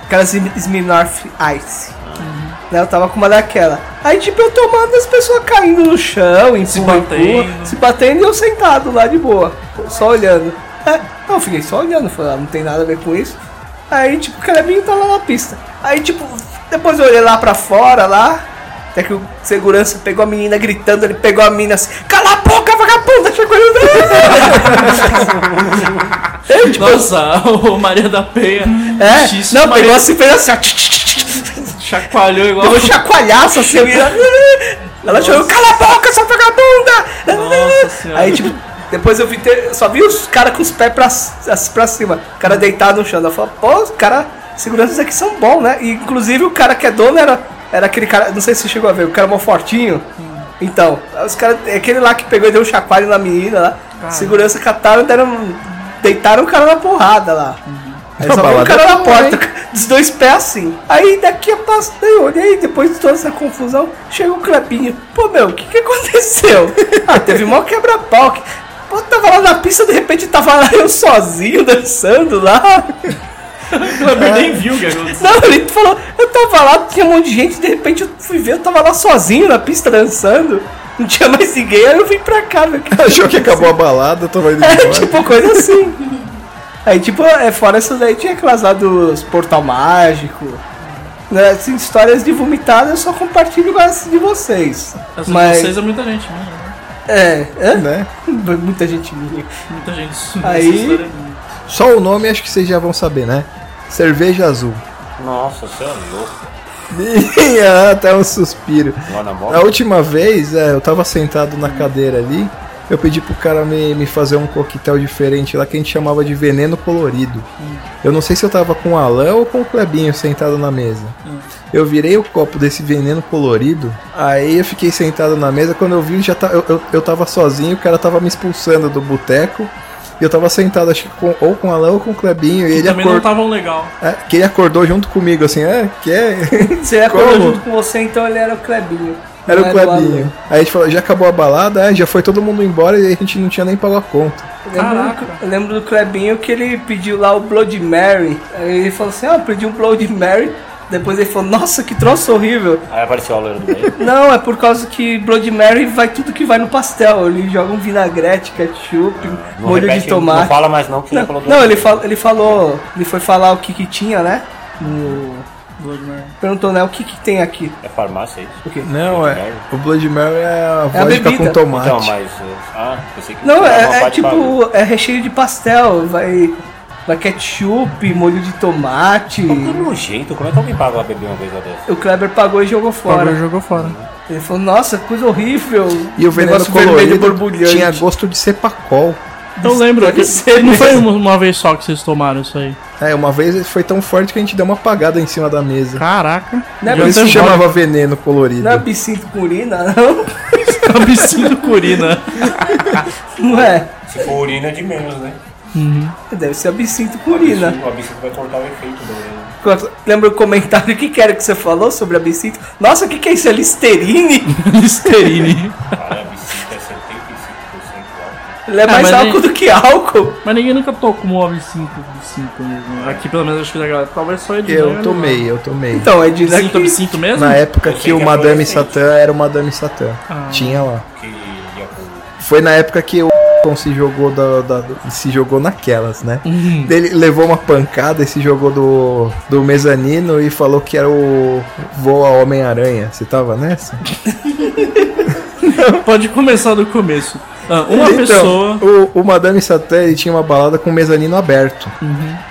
Speaker 3: Aquelas Smi- Smirnoff Ice. Né, eu tava com uma daquela. Aí, tipo, eu tomando as pessoas caindo no chão, em
Speaker 1: Se
Speaker 3: cima,
Speaker 1: batendo.
Speaker 3: rua, se batendo e eu sentado lá de boa, só olhando. É, não, eu fiquei só olhando, falei, ah, não tem nada a ver com isso. Aí, tipo, o Clebinho tá lá na pista. Aí, tipo, depois eu olhei lá pra fora, lá, até que o segurança pegou a menina gritando, ele pegou a menina assim, cala a boca, vagabunda, chegou é
Speaker 1: [laughs]
Speaker 3: Eu, tipo,
Speaker 1: Nossa, ah, o Maria da Penha.
Speaker 3: é,
Speaker 1: Xis-
Speaker 3: não,
Speaker 1: Maria-
Speaker 3: pegou assim, fez assim, ó, tch, tch, tch, tch,
Speaker 1: Chacoalhou igual.
Speaker 3: Deu um chacoalhaço assim,
Speaker 1: [laughs]
Speaker 3: eu ia... Ela chorou, cala a boca, sua vagabunda!
Speaker 1: Nossa Senhora.
Speaker 3: Aí, tipo, depois eu vi ter- só vi os caras com os pés pra, c- pra cima, o cara deitado no chão. Eu falei, pô, os caras, seguranças aqui são bons, né? E, inclusive, o cara que é dono era, era aquele cara, não sei se você chegou a ver, o cara mó fortinho.
Speaker 1: Hum.
Speaker 3: Então, os caras, aquele lá que pegou e deu um chacoalho na menina lá, segurança cataram, deram, um, deitaram o cara na porrada lá. Aí
Speaker 5: Uma
Speaker 3: só veio o
Speaker 5: balada
Speaker 3: cara na
Speaker 5: boa,
Speaker 3: porta, [laughs]
Speaker 5: hein?
Speaker 3: dos dois pés assim. Aí daqui a passo, daí eu olhei, depois de toda essa confusão, chega o Clebinho. Pô, meu, o que, que aconteceu?
Speaker 1: [laughs]
Speaker 3: ah, teve mó quebra-pau. que- Pô, tava lá na pista, de repente tava lá eu sozinho
Speaker 1: [laughs]
Speaker 3: dançando lá. É.
Speaker 1: Clebinho nem viu o que aconteceu.
Speaker 3: Não, ele falou, eu tava lá, tinha um monte de gente, de repente eu fui ver, eu tava lá sozinho na pista dançando. Não tinha mais ninguém, aí eu vim pra cá,
Speaker 1: [laughs]
Speaker 3: meu. que-
Speaker 5: [laughs] Achou que acabou a balada, tava indo
Speaker 3: É,
Speaker 5: embora.
Speaker 3: [laughs] tipo, coisa assim. Aí, tipo, é, fora essas aí, tinha aquelas lá dos Portal Mágico. Né, assim, histórias de vomitada eu só compartilho com as de vocês.
Speaker 1: Essas
Speaker 3: Mas.
Speaker 1: vocês é muita gente, né?
Speaker 3: É, é,
Speaker 5: Né?
Speaker 3: [laughs] Muita gente minha.
Speaker 1: Muita gente.
Speaker 3: Aí-
Speaker 1: Essa história é minha.
Speaker 5: Só o nome acho que vocês já vão saber, né? Cerveja azul. [laughs]
Speaker 4: Nossa, você é louco.
Speaker 5: ah, até um suspiro.
Speaker 4: Lá na
Speaker 5: A
Speaker 4: bola.
Speaker 5: última vez, é, eu tava sentado na cadeira ali, eu pedi pro cara me, me fazer um coquetel diferente lá que a gente chamava de veneno colorido. Eu não sei se eu tava com o Alan ou com o Clebinho sentado na mesa. Eu virei o copo desse veneno colorido, aí eu fiquei sentado na mesa, quando eu vi já tá, eu, eu, eu tava sozinho, o cara tava me expulsando do boteco. E eu tava sentado, acho que com, ou com o Alan ou com o Clebinho, e [laughs] ele,
Speaker 1: Também não tá-
Speaker 5: acor-
Speaker 1: estavam legal.
Speaker 5: é, que ele acordou junto comigo, assim, é, que é. [laughs]
Speaker 3: Você acordou
Speaker 5: Como?
Speaker 3: junto com você, então ele era o Clebinho.
Speaker 5: Era
Speaker 3: Não
Speaker 5: o
Speaker 3: Alan.
Speaker 5: Clebinho. Aí a gente falou, já acabou a balada, é, já foi todo mundo embora e a gente não tinha nem pago a conta.
Speaker 3: Eu lembro,
Speaker 1: Caraca.
Speaker 3: eu lembro do Clebinho que ele pediu lá o Blood Mary. Aí ele falou assim: Ah, eu pedi um Blood Mary. Depois ele falou: Nossa, que troço horrível.
Speaker 4: Aí apareceu a loira do meio.
Speaker 3: Não, é por causa que Blood Mary vai tudo que vai no pastel. Ele joga um vinagrete, ketchup,
Speaker 4: Ah, Não
Speaker 3: molho
Speaker 4: repete,
Speaker 3: de
Speaker 4: Não
Speaker 3: tomate.
Speaker 4: fala mais não, que
Speaker 3: Não,
Speaker 4: já falou
Speaker 3: não, ele, fal- ele falou. Ele foi falar o que, que tinha, né? No-
Speaker 1: Blood Mary.
Speaker 3: Perguntou, né? O que, que tem aqui?
Speaker 4: É farmácia isso?
Speaker 5: Não,
Speaker 4: é-
Speaker 5: O Blood Mary é a
Speaker 3: É a
Speaker 5: vodka
Speaker 3: bebida.
Speaker 5: com tomate.
Speaker 4: Então, mas... eh, Ah, pensei que...
Speaker 3: Não,
Speaker 4: era
Speaker 3: é,
Speaker 4: uma
Speaker 3: é
Speaker 4: parte bagulho.
Speaker 3: tipo. É recheio de pastel. Vai. Vai ketchup, molho de tomate.
Speaker 4: Tá Que nojento, como é que alguém paga pra beber uma coisa dessa?
Speaker 3: O Kleber pagou e jogou fora.
Speaker 1: jogou fora.
Speaker 3: Ele falou, nossa, coisa horrível.
Speaker 5: E o veneno
Speaker 3: Negócio vermelho
Speaker 5: colorido
Speaker 3: borbulhante.
Speaker 5: tinha gosto de cepacol.
Speaker 1: Eu lembro,
Speaker 3: Deve
Speaker 1: que
Speaker 3: ser
Speaker 1: não
Speaker 3: mesmo.
Speaker 1: foi uma- uma vez só que vocês tomaram isso aí.
Speaker 5: É, uma vez foi tão forte que a gente deu uma apagada em cima da mesa.
Speaker 1: Caraca.
Speaker 3: Não é
Speaker 5: Por isso
Speaker 1: Jonathan
Speaker 5: que chamava veneno colorido.
Speaker 3: Não é absinto com urina, não? [laughs]
Speaker 1: Jones, [laughs] absinto com urina.
Speaker 3: Não é.
Speaker 4: Se for urina, é de menos, né?
Speaker 3: Deve ser absinto com urina.
Speaker 4: O absinto vai cortar o efeito do veneno.
Speaker 3: Quando- Lembra o comentário que que era que você falou sobre absinto? Nossa, o que, que é isso? É listerine?
Speaker 1: [laughs] Listerine.
Speaker 4: Cara, absinto é 75% alto.
Speaker 3: Ele é
Speaker 1: Ah,
Speaker 3: mais
Speaker 1: mas
Speaker 3: álcool
Speaker 1: nem-
Speaker 3: do que álcool.
Speaker 1: Mas ninguém nunca tomou absinto absinto mesmo. né? Aqui pelo menos acho que da galera. Talvez só né? ele.
Speaker 5: Eu tomei, eu tomei.
Speaker 3: Então, é de
Speaker 1: Absinto, absinto mesmo? [laughs]
Speaker 5: Na época
Speaker 4: Eu sei
Speaker 5: que o
Speaker 4: que é
Speaker 5: Madame
Speaker 4: adolescente.
Speaker 5: Satã era o Madame Satã.
Speaker 1: Ah.
Speaker 5: Tinha lá.
Speaker 4: Que ia com...
Speaker 5: Foi na época que o [laughs] se jogou da, da- se jogou naquelas, né?
Speaker 1: Uhum.
Speaker 5: Ele levou uma pancada e se jogou do, do mezanino e falou que era o Voa Homem-Aranha. Você tava nessa?
Speaker 1: Pode começar do começo. Ah, uma
Speaker 5: Então,
Speaker 1: pessoa.
Speaker 5: O, o Madame Satã ele tinha uma balada com o mezanino aberto.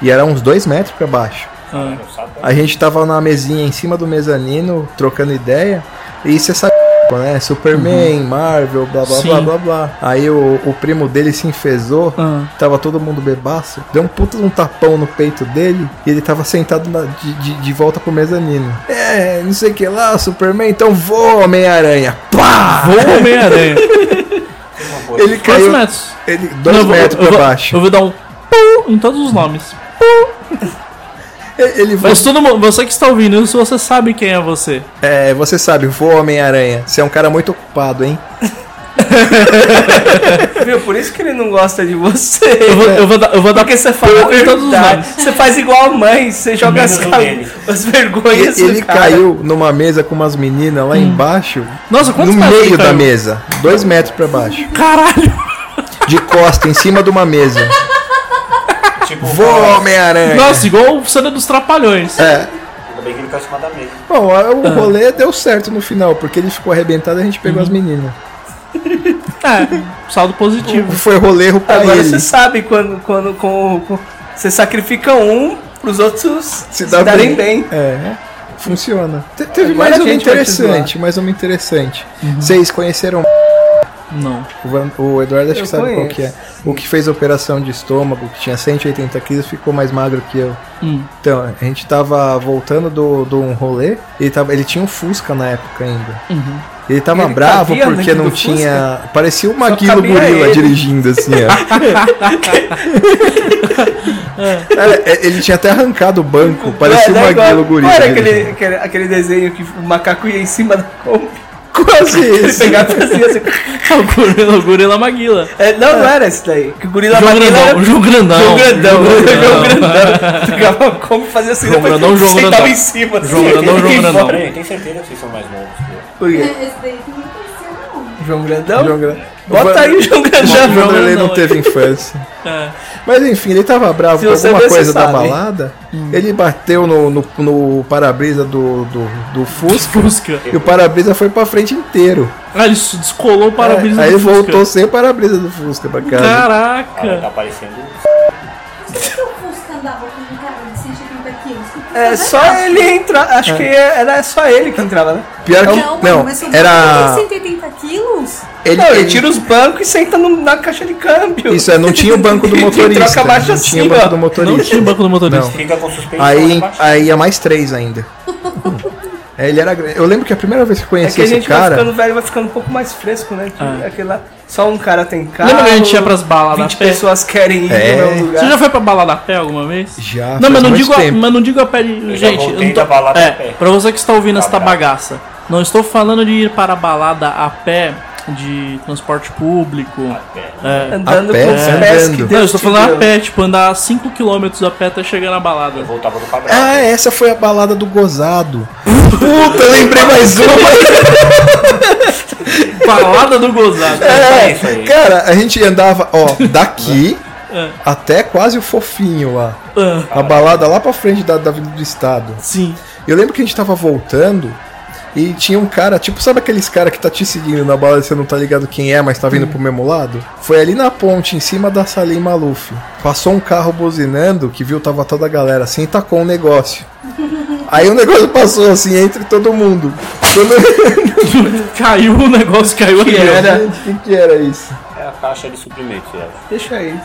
Speaker 5: E era uns dois metros pra baixo.
Speaker 1: Uhum. Ah,
Speaker 5: A gente tava na mesinha em cima do mezanino, trocando ideia, e você sabe, né? Superman, Marvel, blá blá
Speaker 1: Uhum. Sim.
Speaker 5: blá blá blá. Aí o, o primo dele se enfesou,
Speaker 1: Ah.
Speaker 5: tava todo mundo bebaço, deu um puta de um tapão no peito dele, e ele tava sentado na- de, de, de volta pro mezanino. É, não sei o que lá, Superman, então voa, Homem-Aranha. Pá!
Speaker 1: [laughs] Vou Homem-Aranha.
Speaker 5: Ele
Speaker 1: Quantos
Speaker 5: um caiu.
Speaker 1: metros?
Speaker 5: Ele, dois
Speaker 1: Não, eu vou-
Speaker 5: metros
Speaker 1: eu
Speaker 5: pra
Speaker 1: vou-
Speaker 5: baixo.
Speaker 1: Eu vou dar um pum em todos os nomes.
Speaker 5: Ele- Ele voa.
Speaker 1: Mas todo mundo, você que está ouvindo, se você sabe quem é você.
Speaker 5: É, você sabe, voa, Homem-Aranha. Você é um cara muito ocupado, hein?
Speaker 3: [laughs] Viu? Por isso que ele não gosta de você.
Speaker 1: Eu
Speaker 5: É,
Speaker 1: vou, eu vou dar, eu vou dar
Speaker 3: Porque você fala
Speaker 1: pum em
Speaker 3: a
Speaker 1: todos os
Speaker 3: verdade.
Speaker 1: nomes.
Speaker 3: Você faz igual a mãe, você joga as,
Speaker 4: Menos o
Speaker 3: ca-
Speaker 4: dele.
Speaker 3: as vergonhas.
Speaker 5: ele
Speaker 3: cara.
Speaker 5: caiu numa mesa com umas meninas lá embaixo.
Speaker 1: Nossa, Hum. quantos
Speaker 5: no
Speaker 1: metros ele
Speaker 5: meio da
Speaker 1: caiu?
Speaker 5: mesa. Dois metros pra baixo.
Speaker 1: Caralho!
Speaker 5: De costa, em cima de uma mesa.
Speaker 4: Tipo,
Speaker 5: Voa, Homem-Aranha.
Speaker 1: Nossa, igual o cena dos Trapalhões.
Speaker 5: É.
Speaker 4: ainda bem que ele caiu em cima da mesa.
Speaker 5: Bom, a-
Speaker 1: Ah.
Speaker 5: o rolê deu certo no final, porque ele ficou arrebentado e a gente pegou
Speaker 1: Uhum.
Speaker 5: as meninas.
Speaker 1: É, saldo
Speaker 5: [laughs]
Speaker 1: positivo.
Speaker 5: Foi rolê pra
Speaker 3: Agora
Speaker 5: ele.
Speaker 3: você sabe quando, quando com, com- você sacrifica um pros outros se,
Speaker 5: dá
Speaker 3: darem bem.
Speaker 5: É. Funciona. Te- teve
Speaker 3: Agora
Speaker 5: mais
Speaker 3: a
Speaker 5: uma
Speaker 3: gente vai te
Speaker 5: interessante, mais uma interessante.
Speaker 1: Uhum.
Speaker 5: Vocês conheceram
Speaker 1: Não.
Speaker 5: o Van- o Eduardo, acho
Speaker 3: Eu
Speaker 5: que sabe qual que é. O que fez a operação de estômago, que tinha 180 quilos, ficou mais magro que eu.
Speaker 1: Hum.
Speaker 5: Então, a gente tava voltando do, do um rolê, ele, tava, ele tinha um Fusca na época ainda. Ele tava
Speaker 3: Uhum. Ele
Speaker 5: bravo
Speaker 3: cabia
Speaker 5: porque
Speaker 3: dentro
Speaker 5: não
Speaker 3: do
Speaker 5: tinha. Parecia o Maquilo
Speaker 3: cabia
Speaker 5: Gorila
Speaker 3: ele.
Speaker 5: dirigindo assim,
Speaker 3: [laughs]
Speaker 5: ó. Cara, é, ele tinha até arrancado o banco, parecia um
Speaker 3: Ué, daí
Speaker 5: o Maquilo
Speaker 3: igual-
Speaker 5: Gorila.
Speaker 3: É, né, Olha aquele,
Speaker 5: dirigindo.
Speaker 3: aquele, aquele desenho que o macaco ia em cima da Kombi.
Speaker 5: Quase
Speaker 3: Ele
Speaker 5: isso. né?
Speaker 3: pegava assim, assim.
Speaker 1: [laughs] O gorila, o gorila Maguila.
Speaker 3: É, não, não era esse daí. Que o gorila
Speaker 1: João
Speaker 3: maquila
Speaker 1: Grandão,
Speaker 3: era-
Speaker 1: João Grandão.
Speaker 3: João Grandão.
Speaker 1: João
Speaker 3: João
Speaker 1: Grandão.
Speaker 3: Grandão. Pegava a Kombi e fazia assim.
Speaker 1: João
Speaker 3: depois
Speaker 1: Grandão, João
Speaker 3: sentava
Speaker 1: Grandão.
Speaker 3: em cima. assim.
Speaker 1: João Grandão, João
Speaker 3: Fiquei
Speaker 1: Grandão.
Speaker 3: fora.
Speaker 4: Peraí, tem certeza que vocês são mais novos que eu.
Speaker 3: Por quê?
Speaker 6: Esse daí que me conheceu, não.
Speaker 3: João Grandão?
Speaker 5: João Gra-
Speaker 3: Bota aí o João Grandão.
Speaker 5: O Vanderlei não
Speaker 1: Grandão,
Speaker 5: teve infância.
Speaker 1: É.
Speaker 5: Mas enfim, ele tava bravo
Speaker 3: Se
Speaker 5: com
Speaker 3: você
Speaker 5: alguma
Speaker 3: vê, você
Speaker 5: coisa da
Speaker 3: sabe. Hum.
Speaker 5: balada. Ele bateu no, no, no para-brisa do, do, do Fusca.
Speaker 1: Fusca.
Speaker 5: E o para-brisa foi pra frente inteiro.
Speaker 1: Ah, ele descolou o para-brisa
Speaker 5: É, aí
Speaker 1: do Fusca.
Speaker 5: voltou sem para-brisa do Fusca pra casa.
Speaker 4: Cara,
Speaker 1: Caraca.
Speaker 4: tá parecendo...
Speaker 6: Por que que o Fusca andava com um cara de 180 quilos? Que o Fusca
Speaker 3: É
Speaker 6: era
Speaker 3: só
Speaker 6: baixo.
Speaker 3: ele entrar.
Speaker 5: É.
Speaker 3: Acho que é, era só ele que entrava, né?
Speaker 5: Pior que.
Speaker 6: Não,
Speaker 5: Não,
Speaker 6: mas o
Speaker 5: era.
Speaker 6: Fusca tem 180 quilos?
Speaker 5: Ele,
Speaker 3: Não, ele
Speaker 5: ele-
Speaker 3: tira os bancos e senta no- na caixa de câmbio.
Speaker 5: Isso, é, não tinha o
Speaker 3: [laughs]
Speaker 5: banco do
Speaker 3: Ele
Speaker 5: motorista.
Speaker 3: troca abaixo
Speaker 5: não tinha o
Speaker 3: assim,
Speaker 5: banco
Speaker 3: ó.
Speaker 5: do
Speaker 1: Não
Speaker 5: motorista.
Speaker 1: tinha o banco do motorista.
Speaker 5: Não.
Speaker 4: Fica com suspeição.
Speaker 5: Aí,
Speaker 4: abaixo.
Speaker 5: aí ia mais
Speaker 3: [laughs]
Speaker 5: três ainda. É, ele era. gra- Eu lembro que a primeira vez que eu
Speaker 3: É
Speaker 5: conheci
Speaker 3: que a
Speaker 5: esse
Speaker 3: gente vai
Speaker 5: cara.
Speaker 3: ficando velho, vai ficando um pouco mais fresco, né? Que
Speaker 1: Ah.
Speaker 3: Aquele lá, só um cara tem carro.
Speaker 1: Lembra que a gente ia pras baladas
Speaker 3: 20
Speaker 1: a pé?
Speaker 3: pessoas querem ir no
Speaker 5: É.
Speaker 3: mesmo
Speaker 1: Você
Speaker 3: lugar.
Speaker 1: já foi pra balada a pé alguma vez?
Speaker 5: Já,
Speaker 1: Não,
Speaker 5: Ah, faz
Speaker 1: mas não,
Speaker 5: muito
Speaker 1: digo a,
Speaker 5: tempo.
Speaker 1: mas não digo a pé de.
Speaker 4: Eu já
Speaker 1: gente,
Speaker 4: voltei
Speaker 1: não tô-
Speaker 4: da balada
Speaker 1: é,
Speaker 4: a pé. Tá
Speaker 1: pra você que está ouvindo esta
Speaker 4: Abraço.
Speaker 1: bagaça, não estou falando de ir para a balada a pé de transporte público.
Speaker 4: Ah,
Speaker 1: É.
Speaker 3: Andando
Speaker 5: A pé,
Speaker 3: com os
Speaker 5: é,
Speaker 3: pés
Speaker 5: andando.
Speaker 3: que Deus
Speaker 1: Não, eu estou
Speaker 3: te
Speaker 1: falando
Speaker 3: deu.
Speaker 1: a pé, tipo, andar 5km a pé até chegar na balada.
Speaker 4: Voltava do cabral.
Speaker 5: Ah, essa foi a balada do gozado. Puta, lembrei mais uma.
Speaker 1: Balada do gozado.
Speaker 4: [laughs] É, isso
Speaker 5: É,
Speaker 4: aí.
Speaker 5: [laughs] cara, a gente andava, ó, daqui
Speaker 1: É.
Speaker 5: até quase o fofinho lá.
Speaker 1: Ah,
Speaker 5: A balada lá pra frente da, da Avenida do Estado.
Speaker 1: sim.
Speaker 5: Eu lembro que a gente tava voltando e tinha um cara, tipo, sabe aqueles cara que tá te seguindo na balada e você não tá ligado quem é, mas tá vindo pro mesmo lado? Foi ali na ponte, em cima da Salim Maluf. Passou um carro buzinando que viu tava toda a galera assim e tacou um negócio. Aí o negócio passou assim entre todo mundo. Quando...
Speaker 1: [laughs] caiu o negócio, caiu aqui. ó.
Speaker 5: Gente, o que, que era isso?
Speaker 4: É a caixa de suprimentos, eu acho.
Speaker 3: Deixa aí.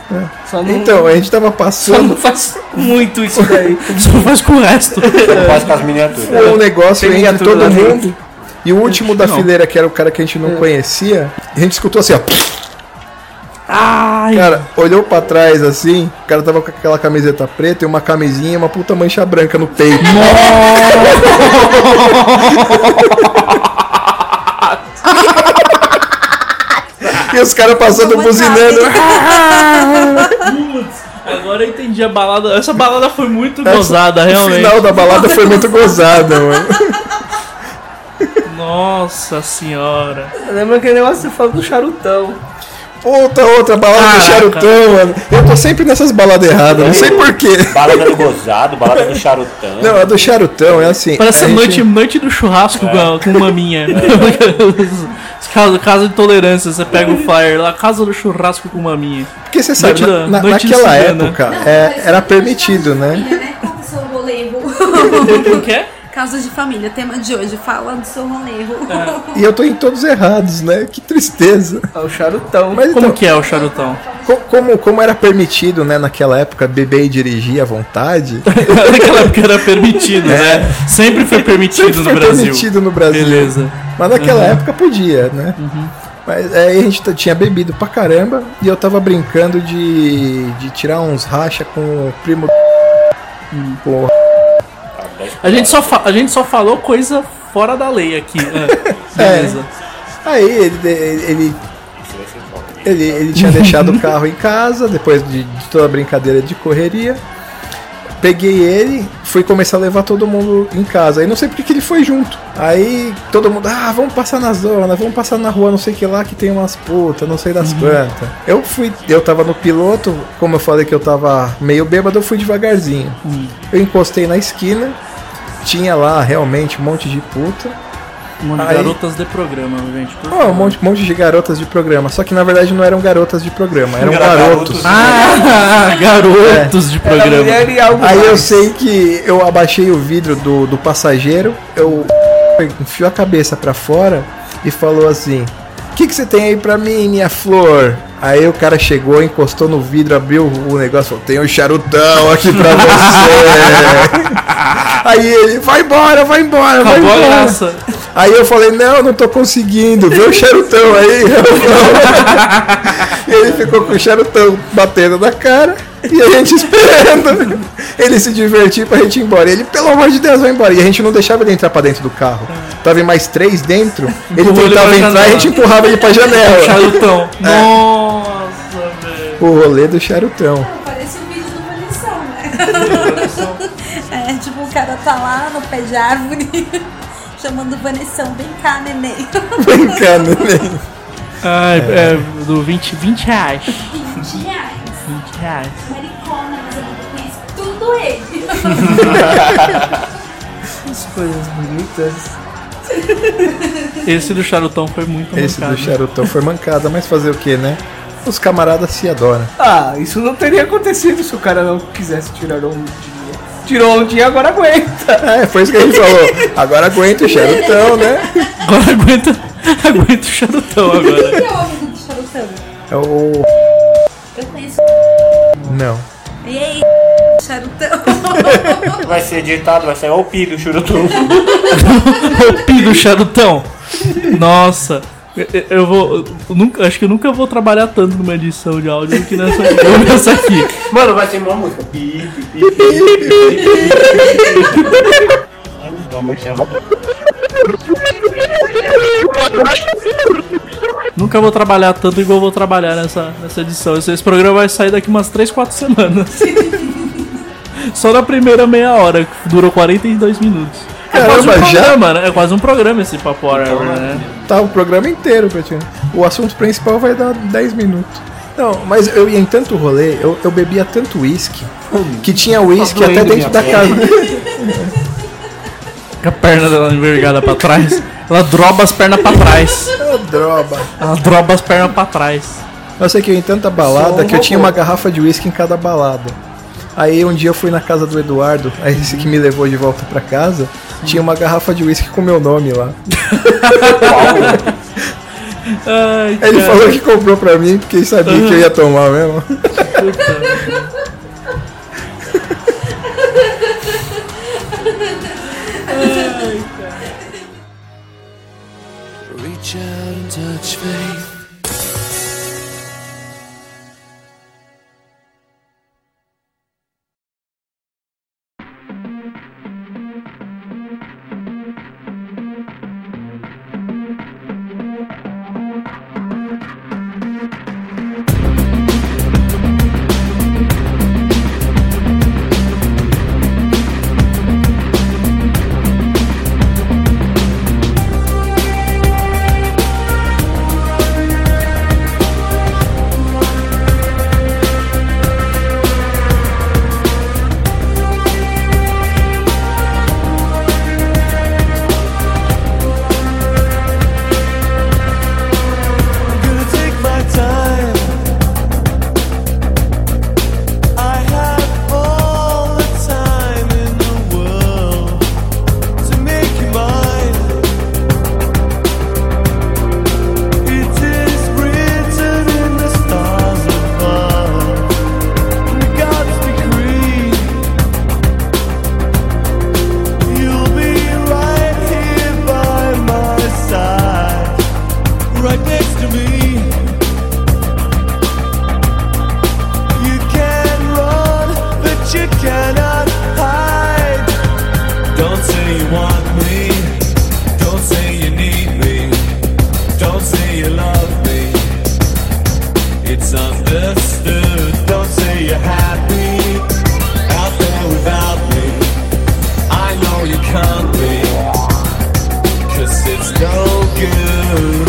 Speaker 3: Só não,
Speaker 5: Então, a gente tava
Speaker 3: só não
Speaker 5: passando
Speaker 3: faz muito isso daí.
Speaker 1: Só faz com o resto.
Speaker 3: É.
Speaker 4: Quase com as miniaturas.
Speaker 5: um negócio
Speaker 3: Tem
Speaker 5: entre
Speaker 3: miniatura lá
Speaker 5: todo
Speaker 3: dentro.
Speaker 5: mundo. E o último da fileira, que era o cara que a gente não conhecia, a gente escutou assim, ó.
Speaker 1: Ai,
Speaker 5: Cara, olhou pra trás assim, o cara tava com aquela camiseta preta e uma camisinha e uma puta mancha branca no peito. [laughs] e os caras passando
Speaker 6: Vamos
Speaker 5: buzinando.
Speaker 1: putz. Agora eu entendi a balada. Essa balada foi muito gozada,
Speaker 5: O
Speaker 1: realmente.
Speaker 5: final da balada foi muito gozada, mano.
Speaker 1: Nossa senhora.
Speaker 3: Lembra aquele negócio que você falou do charutão?
Speaker 5: Puta outra balada do
Speaker 1: Caraca.
Speaker 5: charutão, mano. Eu tô sempre nessas baladas erradas, né? não sei porquê.
Speaker 4: Balada do gozado, balada do charutão.
Speaker 5: Não, a do charutão é assim.
Speaker 1: Parece
Speaker 5: a
Speaker 1: a
Speaker 5: gente-
Speaker 1: noite, noite do churrasco com, a- com maminha. Os Caso, caso de tolerância, você pega o flyer lá, casa do churrasco com maminha.
Speaker 5: Porque você sabe,
Speaker 1: Noite da-
Speaker 5: na- na-
Speaker 1: noite né? do
Speaker 5: naquela
Speaker 1: Suzano.
Speaker 5: época
Speaker 6: Não,
Speaker 5: é,
Speaker 6: mas
Speaker 5: era
Speaker 6: isso
Speaker 5: permitido,
Speaker 6: não é
Speaker 5: né?
Speaker 6: família, Qual que é o seu [laughs] rolê?
Speaker 1: O que é?
Speaker 6: Caso de família, tema de hoje, fala do seu rolê. [laughs]
Speaker 5: E eu tô em todos errados, né? Que tristeza.
Speaker 3: É o charutão.
Speaker 5: Mas
Speaker 1: Como
Speaker 5: então,
Speaker 1: que é o charutão? [laughs]
Speaker 5: co- como, como era permitido, né, naquela época, beber e dirigir
Speaker 1: [laughs]
Speaker 5: à vontade,
Speaker 1: Naquela época era permitido, né? Sempre foi permitido
Speaker 5: sempre
Speaker 1: no
Speaker 5: foi
Speaker 1: Brasil.
Speaker 5: permitido no Brasil.
Speaker 1: Beleza. Uhum.
Speaker 5: Mas naquela época podia, né? Mas aí a gente t- tinha bebido pra caramba e eu tava brincando de, de tirar uns racha com o primo. do- com o-
Speaker 1: A gente só, fa- a gente só falou coisa fora da lei aqui. É. Beleza.
Speaker 5: É. Aí ele, ele, ele, ele tinha deixado o carro em casa, depois de, de toda a brincadeira de correria. Peguei ele, fui começar a levar todo mundo em casa. Aí não sei porque que ele foi junto. Aí todo mundo, ah, vamos passar na zona, vamos passar na rua, não sei que lá, que tem umas putas, não sei das quantas. Eu fui, eu tava no piloto, como eu falei que eu tava meio bêbado, eu fui devagarzinho. Eu encostei na esquina, tinha lá realmente um monte de puta.
Speaker 1: Mano,
Speaker 5: Aí-
Speaker 1: garotas de programa, gente. por
Speaker 5: Oh, um
Speaker 1: favor.
Speaker 5: monte, um monte de garotas de programa. Só que na verdade não eram garotas de programa, eram
Speaker 4: Era garotos.
Speaker 5: garotos.
Speaker 1: Ah, garotos de
Speaker 3: Era
Speaker 1: programa.
Speaker 3: mulher e algo
Speaker 5: Aí eu
Speaker 3: mais.
Speaker 5: sei que eu abaixei o vidro do, do passageiro, eu enfiou a cabeça pra fora e falou assim: O que, que você tem aí pra mim, minha flor? Aí o cara chegou, encostou no vidro, abriu o negócio, falou: Tem um charutão aqui
Speaker 1: [laughs]
Speaker 5: pra você. aí ele: Vai embora, vai embora, vai
Speaker 1: Acabou a
Speaker 5: embora.
Speaker 1: graça.
Speaker 5: Aí eu falei, não, não tô conseguindo, vê o charutão aí. [laughs] e ele ficou com o charutão batendo na cara e a gente [laughs] esperando ele se divertir pra gente ir embora. Ele, pelo amor de Deus, vai embora. E a gente não deixava ele entrar pra dentro do carro. Tava em mais três dentro, ele
Speaker 1: Empurrou ele
Speaker 5: tentava
Speaker 1: pra
Speaker 5: entrar e a gente
Speaker 1: janela.
Speaker 5: empurrava ele pra janela.
Speaker 1: Charutão. Nossa, velho.
Speaker 5: O rolê do charutão.
Speaker 6: Parece um vídeo do Punição, né? [laughs] é, tipo, o cara tá lá no pé de árvore, [laughs] chamando Vanessão, vem cá, neném.
Speaker 5: [laughs]
Speaker 6: [laughs]
Speaker 5: Brincando, né?
Speaker 1: Ai, é, do 20, 20 reais.
Speaker 6: 20 reais,
Speaker 1: 20 reais.
Speaker 6: maricona, mas eu não conheço tudo ele. [laughs]
Speaker 3: As coisas bonitas.
Speaker 1: Esse do charutão foi muito
Speaker 5: Esse do
Speaker 1: mancado.
Speaker 5: charutão foi mancada, mas fazer o que, né? Os camaradas se adoram.
Speaker 3: Ah, isso não teria acontecido se o cara não quisesse tirar um dia. Tirou um dia, agora aguenta.
Speaker 5: É, foi isso que a gente falou. Agora aguenta o charutão, né?
Speaker 1: Agora aguenta, [laughs] aguenta o charutão agora.
Speaker 6: Quem é o amigo do Charutão?
Speaker 5: É o
Speaker 6: Eu conheço.
Speaker 5: Não.
Speaker 6: E aí,
Speaker 4: [laughs]
Speaker 6: Charutão?
Speaker 4: Vai ser editado, vai sair ó, o pi do churutum.
Speaker 1: O pi do charutão. Nossa. eu- eu- Eu vou. eu nunca, acho que eu nunca vou trabalhar tanto numa edição de áudio do que nessa, [laughs] nessa aqui.
Speaker 4: [laughs] Mano, vai ser uma música. Pi, pi, pi, pi,
Speaker 1: Nunca vou trabalhar tanto igual eu vou trabalhar nessa, nessa edição. Esse, esse programa vai sair daqui umas 3, 4 semanas. [laughs] Só na primeira meia hora, que durou 42 minutos. É quase um
Speaker 5: Caramba, já?
Speaker 1: programa, né? É quase um programa esse Papo Hour, né?
Speaker 5: Tá o programa inteiro, Pretinho. O assunto principal vai dar 10 minutos. Não, mas eu ia em tanto rolê, eu, eu bebia tanto uísque, que tinha
Speaker 1: Tá
Speaker 5: uísque até dentro da casa.
Speaker 1: Com a perna dela envergada pra trás. Ela droba as pernas pra trás.
Speaker 5: Ô, [laughs] droga.
Speaker 1: Ela droba as pernas pra trás.
Speaker 5: Eu sei que eu ia em tanta balada
Speaker 3: Sou um
Speaker 5: que eu tinha
Speaker 3: robô.
Speaker 5: uma garrafa de uísque em cada balada. Aí um dia eu fui na casa do Eduardo, aí esse que me levou de volta pra casa, tinha uma garrafa de uísque com meu nome lá.
Speaker 1: Ai,
Speaker 5: Aí [laughs] Ele
Speaker 1: cara,
Speaker 5: falou que comprou pra mim, porque ele sabia que eu ia tomar mesmo.
Speaker 1: puta.
Speaker 2: Reach out and touch faith.
Speaker 8: Right next to me You can run, but you cannot hide. Don't say you want me. Don't say you need me. Don't say you love me. It's understood. Don't say you're happy out there without me. I know you can't be. Cause it's no good.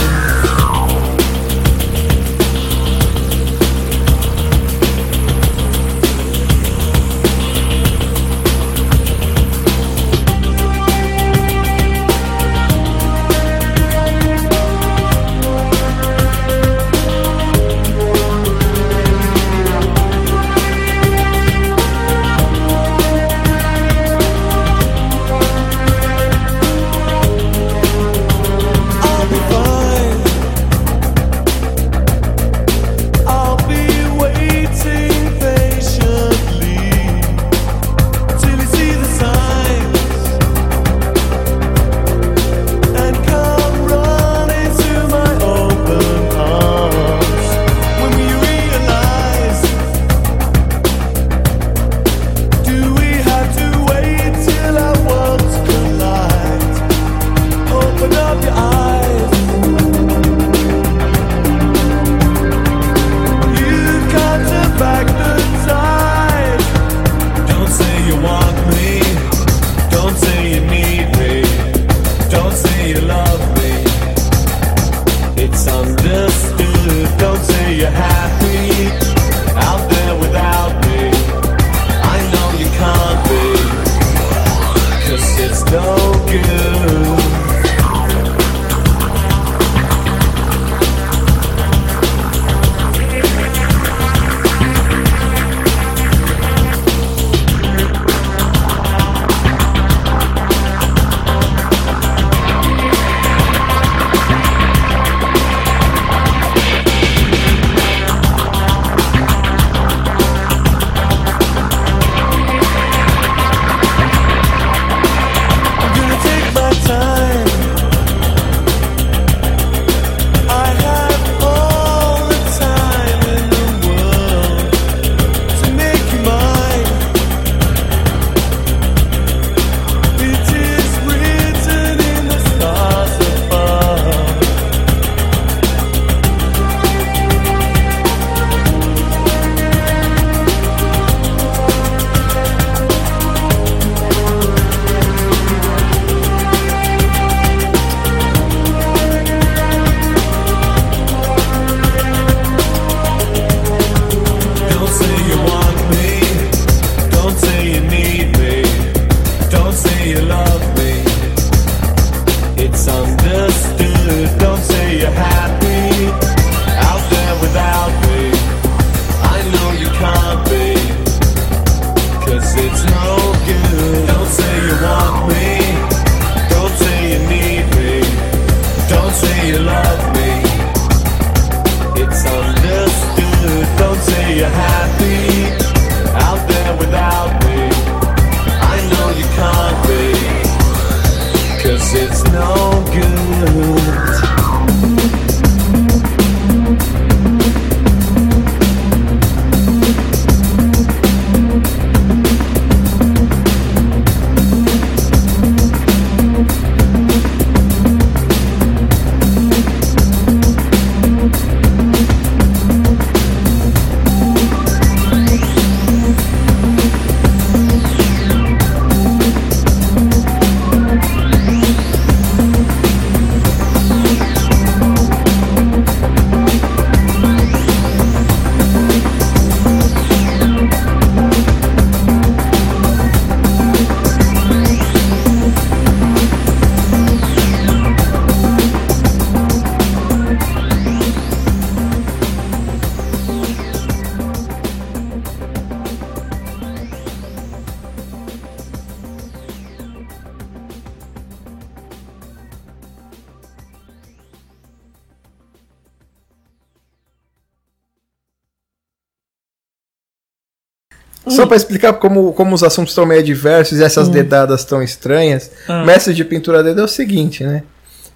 Speaker 5: Só pra explicar como, como os assuntos estão meio diversos e essas dedadas tão estranhas,
Speaker 1: Hum. Ah.
Speaker 5: mestre de pintura a dedo é o seguinte, né?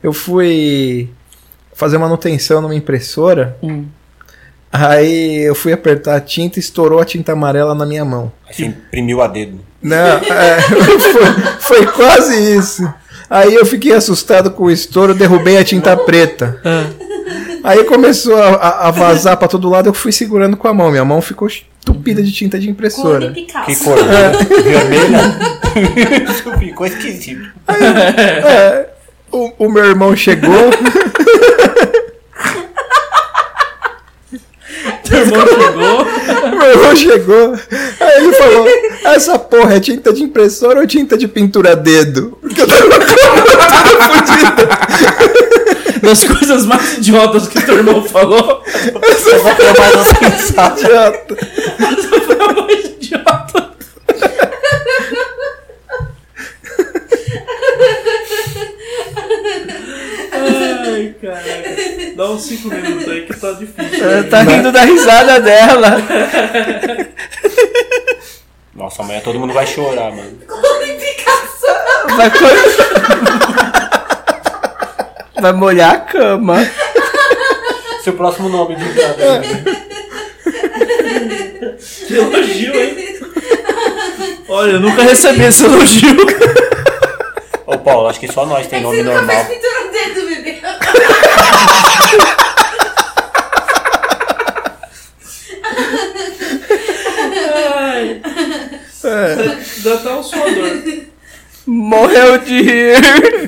Speaker 5: Eu fui fazer manutenção numa impressora,
Speaker 1: Hum.
Speaker 5: aí eu fui apertar a tinta e estourou a tinta amarela na minha mão.
Speaker 4: Aí você imprimiu a dedo.
Speaker 5: Não, é, [laughs] foi, foi quase isso. Aí eu fiquei assustado com o estouro, derrubei a tinta preta.
Speaker 1: Ah,
Speaker 5: Aí começou a- a, a vazar pra todo lado, eu fui segurando com a mão. Minha mão ficou entupida de tinta
Speaker 6: Cor
Speaker 5: de
Speaker 6: de
Speaker 5: impressora.
Speaker 6: Picasso.
Speaker 4: Que cor? Vermelha? Isso [laughs] ficou esquisito.
Speaker 5: O, o meu irmão chegou,
Speaker 1: teu irmão chegou.
Speaker 5: [laughs] meu irmão chegou. Aí ele falou: Essa porra é tinta de impressora ou tinta de pintura a dedo? Porque eu tava
Speaker 1: Das coisas mais idiotas que teu irmão falou.
Speaker 4: Eu vou provar nas pensadas.
Speaker 5: [laughs] idiota.
Speaker 1: Essa foi a mais idiota. Ai, caralho. Dá uns 5 minutos aí que tá difícil.
Speaker 3: Ela tá rindo da risada dela.
Speaker 4: Nossa, amanhã todo mundo vai chorar, mano.
Speaker 3: Vai, co... Vai molhar a cama.
Speaker 4: Seu é próximo nome do dado.
Speaker 1: Que elogio, hein? Olha, eu nunca recebi
Speaker 3: é um
Speaker 1: esse elogio.
Speaker 4: Ô, Paulo, acho que só nós tem É um nome
Speaker 9: Você nunca
Speaker 4: normal.
Speaker 9: fez pintura no dedo, bebê.
Speaker 1: Dá até um suador.
Speaker 3: Morreu de rir.